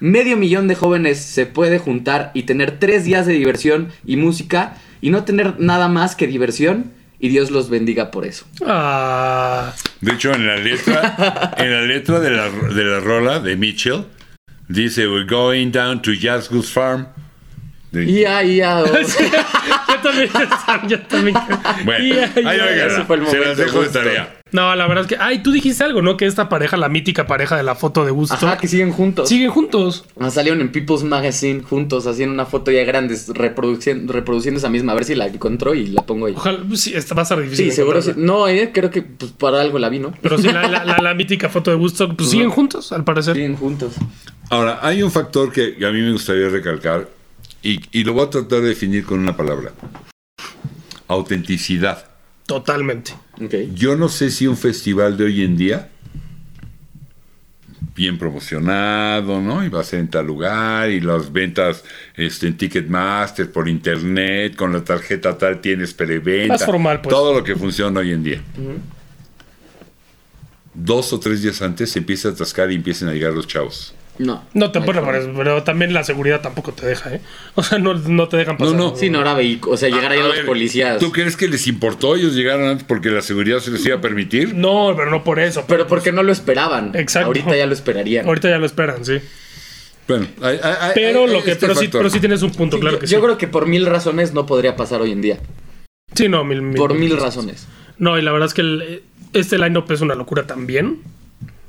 medio millón de jóvenes se puede juntar y tener tres días de diversión y música y no tener nada más que diversión y Dios los bendiga por eso. Ah, De hecho, en la letra, en la letra de la, de la rola de Mitchell, dice, we're going down to Jasgoose Farm. De- Y ahí *laughs* ahora- yo también, *laughs* yo también. Bueno, Y ahí- ahí óiganla. ese fue el se las momento dejo de justo. tarea. No, la verdad es que, ay, tú dijiste algo, ¿no? Que esta pareja, la mítica pareja de la foto de gusto, Ajá, que siguen juntos. siguen juntos. Ah, Salieron en People's Magazine juntos, haciendo una foto ya grandes, reproduciendo, reproduciendo esa misma. A ver si la encontró y la pongo ahí. Ojalá, pues, sí, esta va a ser difícil. Sí, de seguro. sí. encontrarla. No, eh, creo que pues, para algo la vi, ¿no? Pero sí, la, la- la- la mítica foto de gusto, pues siguen juntos, al parecer. Siguen juntos. Ahora, hay un factor que a mí me gustaría recalcar y, y lo voy a tratar de definir con una palabra. Autenticidad. Totalmente. Ok. Yo no sé si un festival de hoy en día, bien promocionado, ¿no? Y va a ser en tal lugar, y las ventas este, en Ticketmaster, por internet, con la tarjeta tal tienes preventa. Más formal, pues. Todo lo que funciona hoy en día. Dos o tres días antes se empieza a atascar y empiezan a llegar los chavos. No. No te bueno, Ay, pero, pero también la seguridad tampoco te deja, ¿eh? O sea, no, no te dejan pasar. no. Sí, no era vehic- O sea, llegar ahí Ah, A a los ver, policías. ¿Tú crees que les importó? Ellos llegaron antes porque la seguridad se les iba a permitir. No, pero no por eso. Pero porque no lo esperaban. Exacto. Ahorita ya lo esperarían. Ahorita ya lo esperan, sí. Bueno, hay- hay- hay- Pero Eh, hay lo que, este pero, sí, factor. pero sí tienes un punto, claro yo, que yo sí. creo que por mil razones no podría pasar hoy en día. Sí, no, mil, mil- Por mil razones. No, y la verdad es que el- este line-up es una locura también.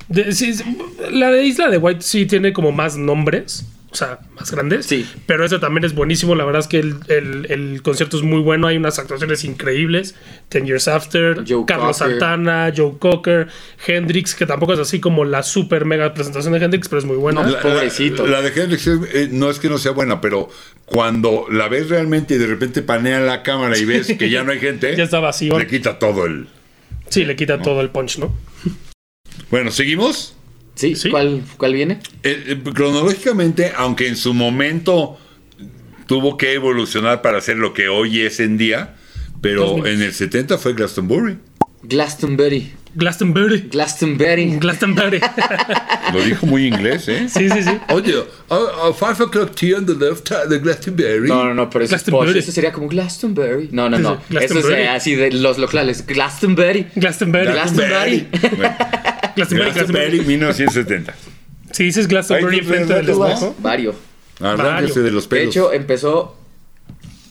De- sí, sí, la de Isla de White sí tiene como más nombres, o sea, más grandes. Sí. Pero este también es buenísimo. La verdad es que el, el- el concierto es muy bueno. Hay unas actuaciones increíbles. Ten Years After, Joe Carlos Cocker. Santana, Joe Cocker, Hendrix, que tampoco es así como la super mega presentación de Hendrix, pero es muy buena. No, Pobrecito. La, la de Hendrix es- eh, no es que no sea buena, pero cuando la ves realmente y de repente panea la cámara y ves que ya no hay gente, *laughs* Ya está vacío. le quita todo el. Sí, le quita todo el punch, ¿no? Bueno, seguimos. ¿Sí? Sí. ¿Cuál, ¿Cuál viene? Eh, eh, cronológicamente, aunque en su momento tuvo que evolucionar para ser lo que hoy es en día, pero 2000. en el 70 fue Glastonbury. Glastonbury. Glastonbury. Glastonbury. Glastonbury. *laughs* Lo dijo muy inglés, ¿eh? sí, sí, sí. Oye, a, a five o'clock tea on the left uh, de Glastonbury. No, no, no, pero eso es Glastonbury. posh. Eso sería como Glastonbury. No, no, no. Sí, sí, Eso es Glastonbury. eh, así de los locales. Glastonbury. Glastonbury. Glastonbury. *laughs* Bueno, Glastonbury. Glastonbury Glastonbury. 1970. Si dices Glastonbury Ahí tú enfrente del tienes datos, espejo. Vario. Arráncase Ah, de los De pelos. hecho, empezó.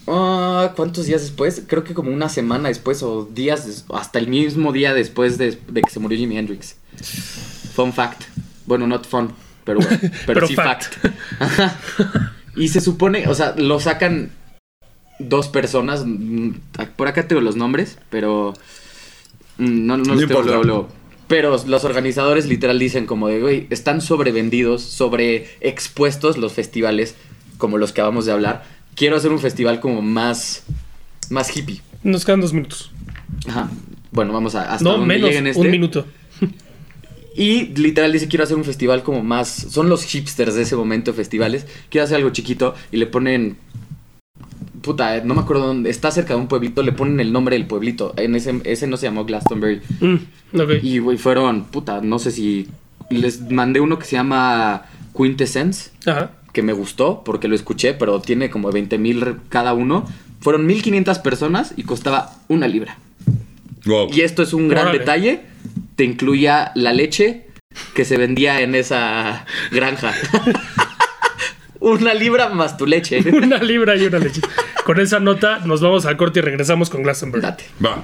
ah, ¿Cuántos días después? Creo que como una semana después o días, des- hasta el mismo día después de, de que se murió Jimi Hendrix. Fun fact. Bueno, not fun, pero *laughs* bueno. Pero, Pero sí fact. fact. Ajá. y se supone, o sea, lo sacan dos personas. mm, Por acá tengo los nombres, pero. Mm, No, no, No los tengo importa. luego, luego. Pero los organizadores literal dicen como de, güey, están sobrevendidos, sobreexpuestos los festivales como los que acabamos de hablar. Quiero hacer un festival como más, más hippie. Nos quedan dos minutos. Ajá. Bueno, vamos a hasta No, donde menos. lleguen este. Un minuto. Y literal dice, quiero hacer un festival como más... Son los hipsters de ese momento de festivales. Quiero hacer algo chiquito y le ponen... Puta, eh, no me acuerdo dónde. Está cerca de un pueblito, le ponen el nombre del pueblito. En ese, ese no se llamó Glastonbury. Mm, ok. Y, güey, fueron, puta, no sé si... Les mandé uno que se llama Quintessence, Ajá. *laughs* que me gustó porque lo escuché, pero tiene como 20 mil cada uno. Fueron 1500 personas y costaba una libra. Wow. Y esto es un gran Órale. detalle, te incluía la leche que se vendía en esa granja. *laughs* una libra más tu leche. Una libra y una leche. Con esa nota nos vamos al corte y regresamos con Glastonbury. Date. Va.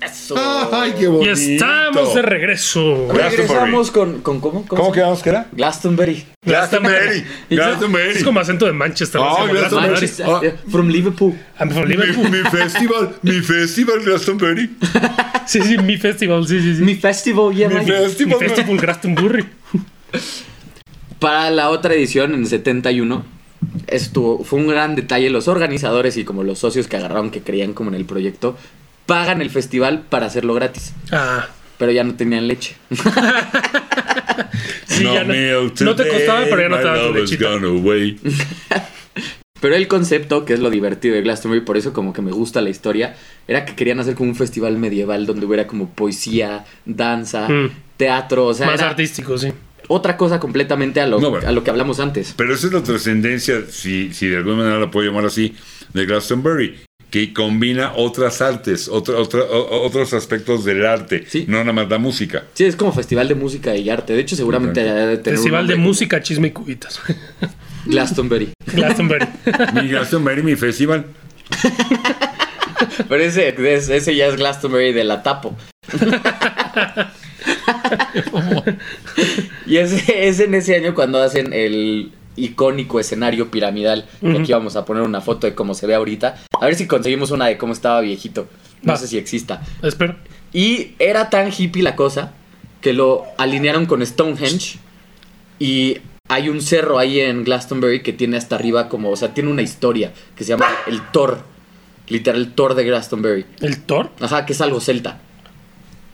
Eso. ¡Ay, qué Y bonito! estamos de regreso. Regresamos con, con ¿cómo? ¿Cómo quedamos que era? Glastonbury. *laughs* Glastonbury. Glastonbury. Es como acento de Manchester. Ah, así como Glastonbury. Glastonbury. Manchester, yeah, From Liverpool. I'm from Mi, Ah, Liverpool. mi festival, mi festival Glastonbury. Sí, sí, mi festival, sí, sí, sí. Mi festival, yeah, Mi right. Mi festival. festival Glastonbury. Para la otra edición, en el 71, estuvo, fue un gran detalle. Los organizadores y como los socios que agarraron, que creían como en el proyecto, pagan el festival para hacerlo gratis. Ah. Pero ya no tenían leche. *laughs* Sí, ya no, milk no te today, costaba, pero ya no my te daba tu love has lechita. gone away. Pero el concepto, que es lo divertido de Glastonbury, por eso como que me gusta la historia, era que querían hacer como un festival medieval donde hubiera como poesía, danza, Mm. teatro, o sea, Más era artístico, sí. otra cosa completamente a lo, No, bueno. a lo que hablamos antes. Pero esa es la trascendencia, si, si de alguna manera la puedo llamar así, de Glastonbury, que combina otras artes, otra- otra- o- otros aspectos del arte, Sí. no nada más la *laughs* música. Sí, es como festival de música y arte. De hecho, seguramente Exacto. haya de tener un Festival nombre de como música, chisme y cubitas. *laughs* Glastonbury. Glastonbury. Mi Glastonbury, mi festival. Pero ese, es- ese ya es Glastonbury de la tapo. y ese, es en ese año cuando hacen el icónico escenario piramidal. Que aquí vamos a poner una foto de cómo se ve ahorita. A ver si conseguimos una de cómo estaba viejito. No Va. sé si exista. Espera. Y era tan hippie la cosa que lo alinearon con Stonehenge. Y hay un cerro ahí en Glastonbury que tiene hasta arriba como, o sea, tiene una historia que se llama el Thor. Literal, el Thor de Glastonbury. ¿El Thor? Ajá, que es algo celta.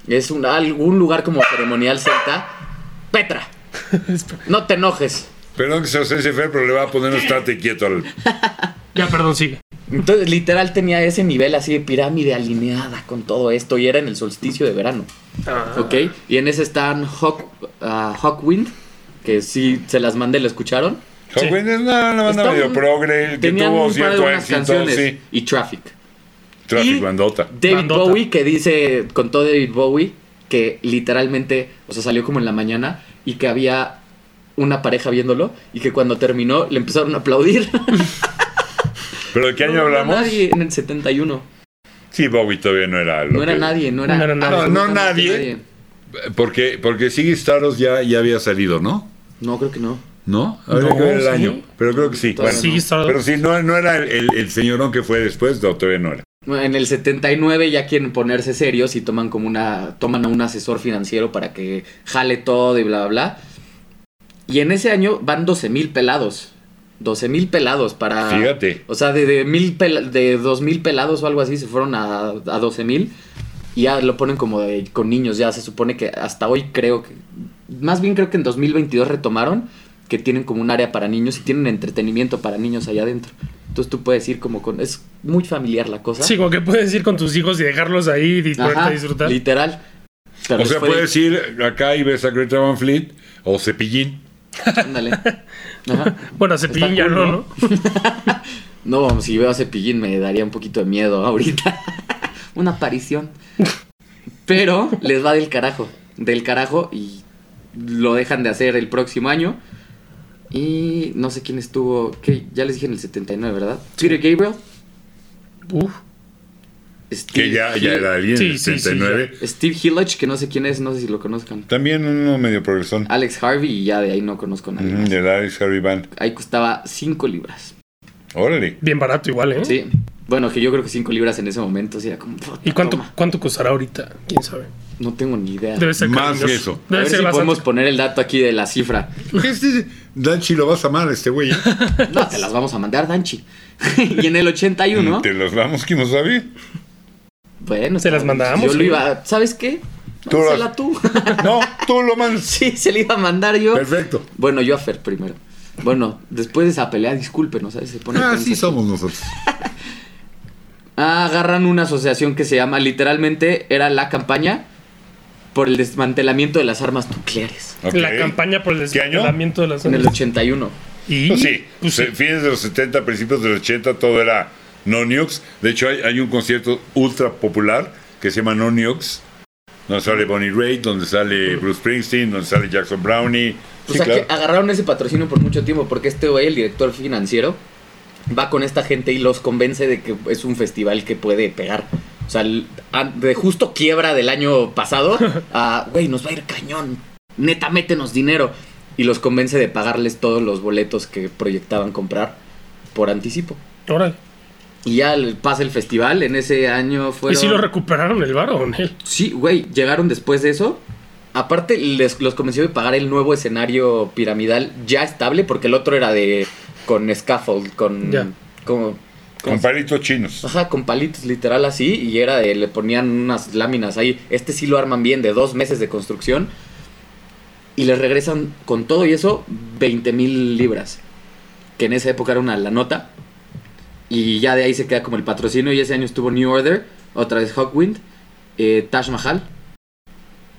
Es un, algún lugar como ceremonial celta. *laughs* Petra, Espera. no te enojes. Perdón que se ausencie Fer, pero le va a poner un estate quieto al. Ya, perdón, sigue. Entonces, literal, tenía ese nivel así de pirámide alineada con todo esto. Y era en el solsticio de verano. ¿Ok? Y en ese están Hawk, ah, Hawkwind, que sí se las mandé, ¿lo escucharon? Hawkwind es una, una banda Está medio un- progre que Tenían tuvo un par de cierto buenas éxito, canciones. sí. Y Traffic. Traffic Y- Bandota. David Bandota. Bowie, que dice, contó David Bowie, que literalmente, o sea, salió como en la mañana y que había una pareja viéndolo y que cuando terminó le empezaron a aplaudir. ¿Pero de qué año *laughs* No era hablamos? Nadie en el 71. Sí, Bowie todavía no era lo No era que- nadie, no era, No era nadie. No, no absolutamente nadie. Porque, porque Siggy Staros ya, ya había salido, ¿no? No, creo que no. ¿No? Habría No, que ver el sí. año. Pero creo que sí. Todavía Bueno, no. Siggy Stardust. Pero sí, no, no era el, el- el señorón que fue después, no, todavía no era. Bueno, En el 79 ya quieren ponerse serios y toman como una toman a un asesor financiero para que jale todo y bla bla bla. Y en ese año van 12 mil pelados. 12 mil pelados para. Fíjate. O sea, de, de, mil pel- de 2 mil pelados o algo así se fueron a, a 12 mil. Y ya lo ponen como de, con niños. Ya se supone que hasta hoy creo que. Más bien creo que en 2022 retomaron que tienen como un área para niños y tienen entretenimiento para niños allá adentro. Entonces tú puedes ir como con. Es muy familiar la cosa. Sí, como que puedes ir con tus hijos y dejarlos ahí y ponerte Ajá, a disfrutar. Literal. Pero o sea, pues- fue de- puedes ir acá y ves a Greta Van Fleet o Cepillín. *laughs* ándale. Ajá. Bueno, se Está ya cool, no, ¿no? ¿no? No, si veo a Cepillín me daría un poquito de miedo ahorita. *laughs* Una aparición. Pero les va del carajo. Del carajo y lo dejan de hacer el próximo año. Y no sé quién estuvo. ¿qué? Ya les dije en el 79, ¿verdad? Peter Gabriel. Uf. Steve, Que ya, ya Hill- era alguien en Sí, el sí, sí, 79. Steve Hillage, que no sé quién es, no sé si lo conozcan. También uno medio progresón. Alex Harvey y ya de ahí no conozco a nadie. Ujú, más. De Larry Harvey Band. Ahí costaba 5 libras. Órale. *laughs* Bien barato igual, ¿eh? Sí. Bueno, que yo creo que 5 libras en ese momento sí era como. puta, ¿Y cuánto, toma. cuánto costará ahorita? ¿Quién sabe? No tengo ni idea. Debe ser Más cariñoso. que eso. A Debe ver si ser bastante. podemos poner el dato aquí de la cifra. *laughs* Este, Danchi lo vas a amar, este güey. ¿eh? No, te las vamos a mandar, Danchi. *laughs* y en el 81. Mm, Te los vamos, ¿quién lo sabe? Bueno, Se las está bien, mandamos, Yo lo ¿eh? iba. ¿Sabes qué? Tú Mándasela las- tú. *laughs* No, tú lo mandas. *laughs* sí, se le iba a mandar yo. Perfecto. Bueno, yo a Fer primero. Bueno, después de esa pelea, discúlpenos, ¿sabes? Se pone Así tenso. Ah, Ah, somos nosotros. Agarran una asociación que se llama, literalmente, era la campaña por el desmantelamiento de las armas nucleares. Ok. La campaña por el ¿Qué año? desmantelamiento de las En el 81. Y Pues sí, pues sí. se- fines de los 70, principios de los 80, todo era no nukes. De hecho, hay, hay un concierto ultra popular que se llama No Nukes. Donde sale Bonnie Raitt, donde sale Bruce Springsteen, donde sale Jackson Brownie. O Sí, sea, claro. que agarraron ese patrocinio por mucho tiempo porque este güey, el director financiero, va con esta gente y los convence de que es un festival que puede pegar. O O sea, el- a- de justo quiebra del año *laughs* pasado a, güey, nos va a ir cañón. Neta, métenos dinero. Y los convence de pagarles todos los boletos que proyectaban comprar por anticipo. Órale. Y ya le- pasa el festival. En ese año fueron. ¿Y si lo recuperaron el varo, Onel? Sí, güey, llegaron después de eso. Aparte, les, los convenció de pagar el nuevo escenario piramidal ya estable, porque el otro era de. con scaffold, con. Ya. como- Con palitos chinos. Ajá, con palitos literal así, y era de. le ponían unas láminas ahí. Este sí lo arman bien, de dos meses de construcción. Y les regresan con todo y eso 20 mil libras. Que en esa época era una la nota. Y ya de ahí se queda como el patrocinio. Y ese año estuvo New Order, otra vez Hawkwind, eh, Taj Mahal.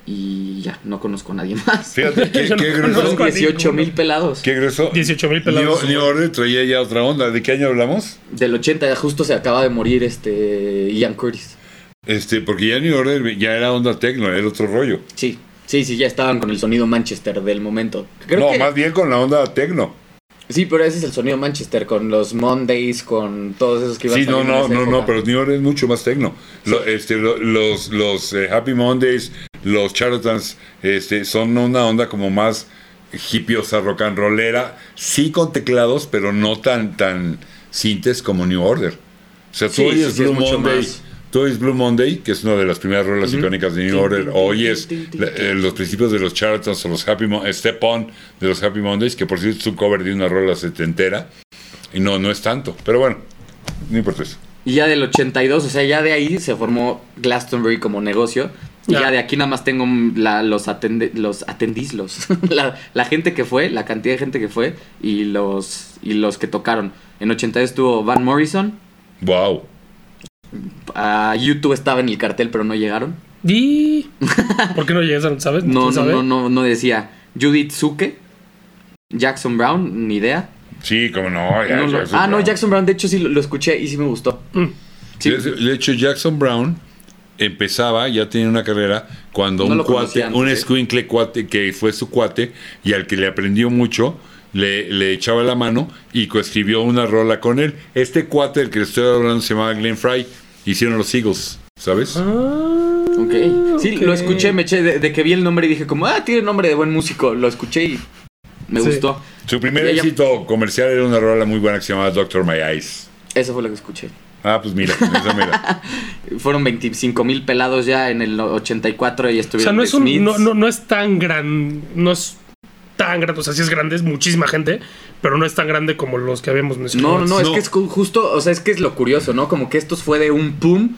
Y ya, no conozco a nadie *laughs* más. Fíjate, qué, *laughs* Yo no qué conozco grueso. Son conozco a 18 mil ninguno. pelados. Qué grueso. 18 mil pelados. New, New Order traía ya otra onda. ¿De qué año hablamos? Del 80 justo se acaba de morir este Ian Curtis. Este, porque ya New Order ya era onda techno, era otro rollo. Sí, sí, sí, ya estaban con el sonido Manchester del momento. Creo no, que- más bien con la onda techno. Sí, pero ese es el sonido Manchester, con los Mondays, con todos esos que iban Sí, no, saliendo en no, esa no, no, época. pero New Order es mucho más techno. Lo- este, lo- los los eh, Happy Mondays, los Charlatans, este, son una onda como más hippiosa, rock and rollera, sí con teclados, pero no tan tan sintes como New Order. O sea, tú Sí, sí, oyes sí, es Blue mucho Monday, más. tú oyes Blue Monday, que es una de las primeras rolas icónicas de New Tin, Order, tin, tin, oyes tin, tin, la- tin. eh, los principios de los Charlatans o los Happy Mondays, Step On de los Happy Mondays, que por cierto es un cover de una rola setentera, y no, no es tanto, pero bueno, no importa eso. Y ya del 82, o sea, ya de ahí se formó Glastonbury como negocio. Y Ya. ya de aquí nada más tengo la- los, atende, los atendís, los- *laughs* la, la gente que fue, la cantidad de gente que fue y los, y los que tocaron. En 82 estuvo Van Morrison, Wow. a YouTube estaba en el cartel pero no llegaron. *laughs* Di. ¿Por qué no llegaron, sabes? No, ¿Quién no, sabe? no, no, no decía. Judith Suke, Jackson Brown, ni idea. Sí, como no. ya- No, no. Jackson Ah, no, Brown. Jackson Brown, de hecho sí lo, lo escuché y sí me gustó. Mm. Sí, De- De hecho, Jackson Brown empezaba, ya tenía una carrera, cuando No un lo cuate, conocía antes, un ¿eh? escuincle cuate que fue su cuate y al que le aprendió mucho, le, le echaba la mano y coescribió una rola con él. Este cuate del que le estoy hablando se llamaba Glenn Fry, hicieron los Eagles, ¿sabes? Ah. ok. Sí, ok. lo escuché, me eché de, de que vi el nombre y dije como, ah, tiene nombre de buen músico. Lo escuché y me Sí. gustó. Su primer Ella- éxito comercial era una rola muy buena que se llamaba Doctor My Eyes. Eso fue lo que escuché. Ah, pues mira, esa mira. Fueron 25 mil pelados ya en el 84 y O sea, estuvieron no The es, un, Smiths. no, no, no es tan gran. No es tan grande. O sea, sí es grande, es muchísima gente. Pero no es tan grande como los que habíamos mencionado. No, no, no, es No. que es ju- justo, o sea, es que es lo curioso, ¿no? Como que esto fue de un pum,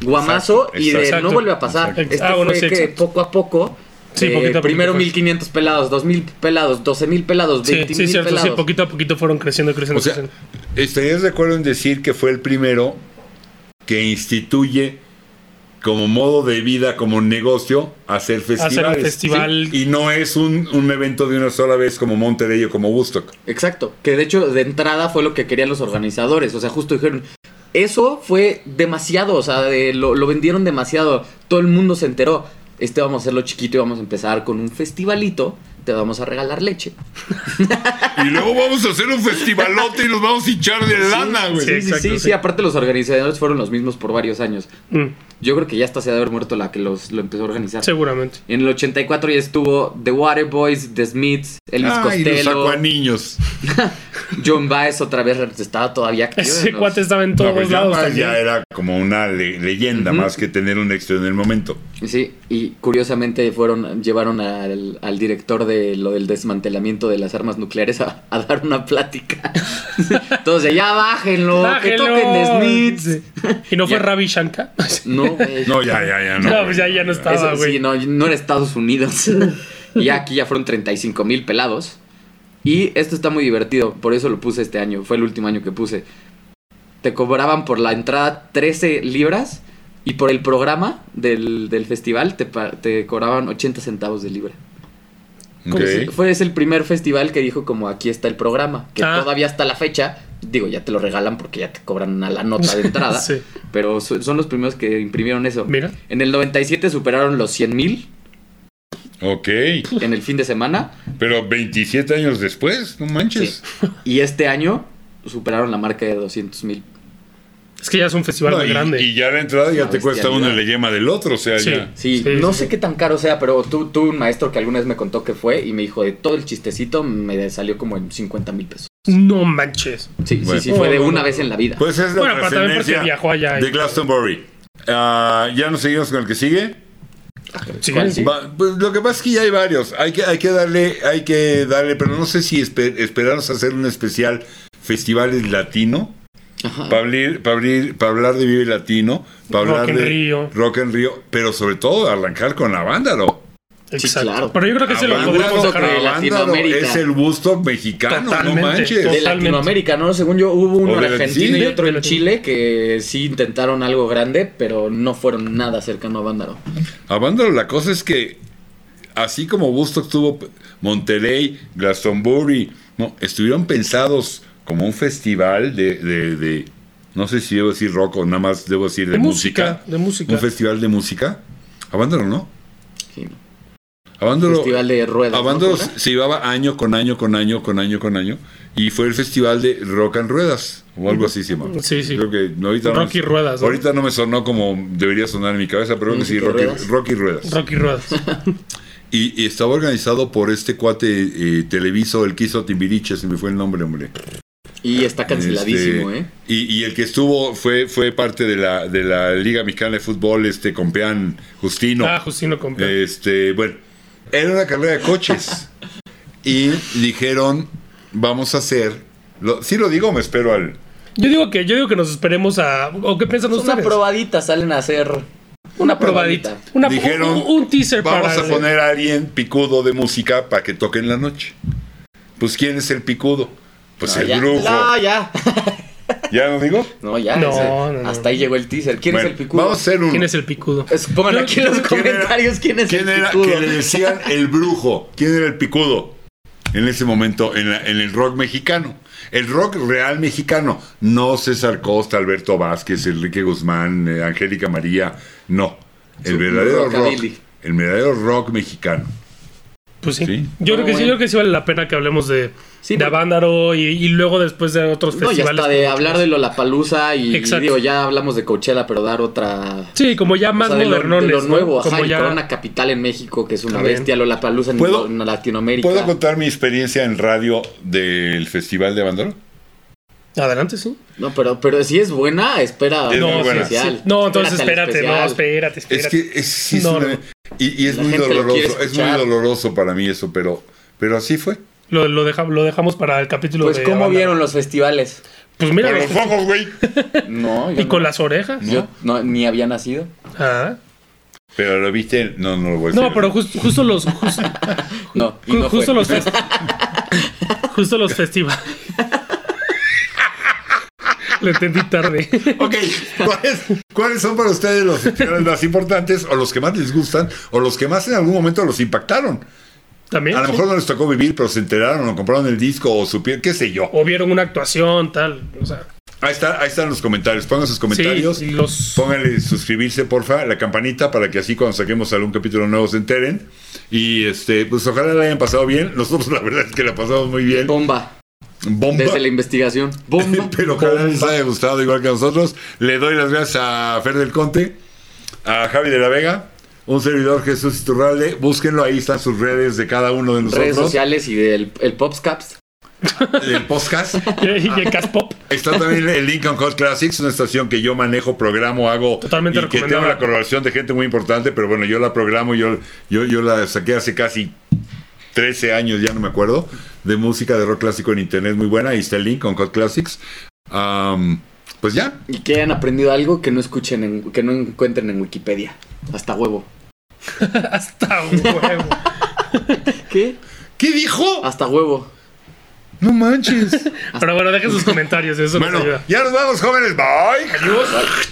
guamazo, Exacto, y de exacto, no vuelve a pasar. exacto. Esto Ah, bueno, fue sí, que exacto. poco a poco, Sí, eh, poquito a poquito primero fue. 1500 pelados, 2000 pelados, 12000 pelados, Sí, 20000 sí, cierto. pelados. Sí, poquito a poquito fueron creciendo, creciendo, O sea, creciendo. ¿estarías de acuerdo en decir que fue el primero que instituye como modo de vida, como negocio, hacer festivales? Hacer un festival. Y no es un, un evento de una sola vez como Monterrey o como Woodstock. Exacto, que de hecho de entrada fue lo que querían los organizadores, o sea, justo dijeron, eso fue demasiado, o sea, de- lo, lo vendieron demasiado, todo el mundo se enteró, este vamos a hacerlo chiquito y vamos a empezar con un festivalito, te vamos a regalar leche. Y luego vamos a hacer un festivalote y nos vamos a hinchar de lana, güey. Sí, sí, exacto, sí, sí. sí, aparte los organizadores fueron los mismos por varios años. Mm, Yo creo que ya hasta se ha de haber muerto la que los, lo empezó a organizar. seguramente. En el 84 ya estuvo The Waterboys, The Smiths, Elvis Ay, los Costello, acuaniños. John Baez otra vez estaba todavía activo. Ese en los- cuate estaba en No, todos pues ya, lados. más también. ya era como una le- leyenda Ujú. más que tener un éxito en el momento. Sí, y curiosamente fueron, llevaron al, al director de lo del desmantelamiento de las armas nucleares a, a dar una plática. *laughs* Entonces, ya bájenlo, Bájelo. que toquen The Smiths. Y no fue Ya. Ravi Shankar. *laughs* No, güey. No, ya, ya, ya. No, No, pues ya, ya no estaba, Eso, güey. sí, no, no era Estados *laughs* Unidos. y ya aquí ya fueron 35 mil pelados. Y esto está muy divertido, por eso lo puse este año, fue el último año que puse. Te cobraban por la entrada 13 libras y por el programa del, del festival te, pa- te cobraban 80 centavos de libra. Ok. Pues, Fue es el primer festival que dijo como aquí está el programa, que Ah. todavía hasta la fecha, digo, ya te lo regalan porque ya te cobran a la *laughs* nota de entrada, Sí. pero so- son los primeros que imprimieron eso. Mira. En el 97 superaron los 100 mil Ok. en el fin de semana Pero 27 años después, no manches. y este año superaron la marca de 200 mil. Es que ya es un festival No, muy y, grande. y ya la entrada ya Una te cuesta bestialidad. uno la yema del otro, o sea, Sí. ya. Sí, Sí, no sí, sé qué tan caro sea, pero tú, tú un maestro que alguna vez me contó que fue y me dijo de todo el chistecito me salió como en 50 mil pesos. No manches. Sí, Bueno. sí, sí, fue de No, no, una no. vez en la vida. Pues es la Bueno, pero también porque trascendencia viajó allá y- de Glastonbury. Ah, ya nos seguimos con el que sigue. Sí, ¿Cuál? sí. Va- pues lo que pasa es que ya hay varios. Hay que, hay que darle, hay que darle, pero no sé si espe- esperarnos a hacer un especial festivales latino. Para abrir, para abrir, para hablar de Vive Latino, para Rock hablar en de Río. Rock en Río, pero sobre todo arrancar con Avándaro. Exacto. claro. Pero yo creo Ah, que se lo Hablando podemos de dejar. que ahí. Avándaro Latinoamérica. es el gusto mexicano, Totalmente. no manches. de Totalmente. Latinoamérica, ¿no? Según yo, hubo uno O de- sí, argentino y de- otro de en Latino- Chile que sí intentaron algo grande, pero no fueron nada cercano a Bándaro. Avándaro, la cosa es que así como Bustock tuvo Monterrey, Glastonbury, no, estuvieron pensados como un festival de, de- de- no sé si debo decir rock o nada más debo decir de, De música, de Un música. festival de música. Avándaro, ¿no? Sí. Avándaro. Festival de ruedas. ¿no? Abando se llevaba año con año con año con año con año y fue el festival de Rock and Ruedas o algo así se llamaba. Sí, sí. Creo que no, ahorita no Rock me- y Ruedas, ¿no? Ahorita no me sonó como debería sonar en mi cabeza, pero creo que sí, Música y Rock y, Ruedas. Rock y Ruedas. Rocky Rodas. Y, y estaba organizado por este cuate eh, televiso, el que hizo Timbiriche, se me fue el nombre, hombre. Y está canceladísimo, Este, ¿eh? Y, y el que estuvo fue, fue parte de la, de la Liga Mexicana de Fútbol, este, con Peán Justino. Ah, Justino compró. Este, bueno, era una carrera de *laughs* coches. y dijeron, vamos a hacer. Lo, sí lo digo, me espero al. Yo digo que, yo digo que nos esperemos a. ¿O qué piensan Es una ustedes? probadita, salen a hacer. Una probadita. Una, dijeron, un, un teaser vamos para. a poner a alguien picudo de música para que toque en la noche. Pues, ¿quién es el picudo? Pues No, el ya. brujo. No, ya. ¿Ya lo digo? No, ya. No, ese- no, no. Hasta ahí llegó el teaser. ¿Quién Bueno, es el picudo? Vamos a hacer uno. ¿Quién es el picudo? Es- Pongan aquí en los ¿Quién era- *laughs* comentarios quién es ¿Quién el era picudo. que le decían el brujo? ¿Quién era el picudo? En ese momento, en, la- en el rock mexicano. El rock real mexicano. No César Costa, Alberto Vázquez, Enrique Guzmán, eh, Angélica María. No. El Su- verdadero rock. rockabilly. El verdadero rock mexicano. Pues sí. Sí. Yo creo No, que sí, bueno. yo creo que sí vale la pena que hablemos de, Sí, de porque- Avándaro y, y luego después de otros No, ya festivales. está de hablar de Lollapalooza y Exacto. digo, ya hablamos de Coachella, pero dar otra... Sí, como ya o más sea, de lo, de lo modernones. ¿no? nuevo, ajá, como y ya- Corona Capital en México, que es una También. bestia, Lollapalooza en, ¿Puedo- en Latinoamérica. ¿Puedo contar mi experiencia en radio del Festival de Abandoro? Adelante, sí. No, pero, pero si es buena, espera Es un muy buena. especial. No, entonces Espérate al espérate, no, especial. espérate, espérate. Es que es, sí es No, una- no. y, y es La muy gente lo quiere doloroso. Es muy escuchar. doloroso para mí eso, pero, pero así fue. Lo, lo, deja- lo dejamos para el capítulo Pues, de. ¿cómo Avándaro. vieron los *laughs* festivales? Pues mira, Con los ojos, güey. No, yo y con no. las orejas. Yo no, ni había nacido. Ah. Pero lo viste. No, no lo voy a decir. No, pero jus- justo los. jus- No, y ju- no fue. justo los. fest- justo los festivales. Lo entendí tarde. Ok, ¿cuáles, cuáles son para ustedes los festivales más importantes o los que más les gustan o los que más en algún momento los impactaron? También. A lo mejor no les tocó vivir, pero se enteraron o compraron el disco o supieron, qué sé yo. O vieron una actuación, tal. O sea, Ahí, está, ahí están los comentarios, pongan sus comentarios. sí, los. Pónganle suscribirse, porfa, la campanita para que así cuando saquemos algún capítulo nuevo se enteren. Y este, pues ojalá la hayan pasado bien. Nosotros *laughs* la verdad es que la pasamos muy bien. Bomba, Bomba. desde la investigación. Bomba. *laughs* Pero ojalá les haya gustado igual que a nosotros. Le doy las gracias a Fer del Conte, a Javi de la Vega, un servidor Jesús Iturralde. Búsquenlo, ahí están sus redes de cada uno de *laughs* Redes nosotros. sociales y del el Popscaps. El podcast. Y, *laughs* y el Caspop. Está también el Lincoln Hot Classics, una estación que yo manejo, programo, hago. Totalmente y que recomendable. tengo la colaboración de gente muy importante, pero bueno, yo la programo, yo, yo, yo la saqué hace casi 13 años, ya no me acuerdo, de música de rock clásico en internet muy buena. Ahí está el Lincoln Hot Classics. Am, pues ya, Y que hayan aprendido algo que no escuchen, en- que no encuentren en Wikipedia. Hasta huevo. Hasta huevo. ¿Qué? ¿Qué dijo? Hasta huevo. No manches. Pero *laughs* bueno, dejen sus comentarios, eso bueno, nos ayuda. ya nos vamos, jóvenes. Bye. Adiós.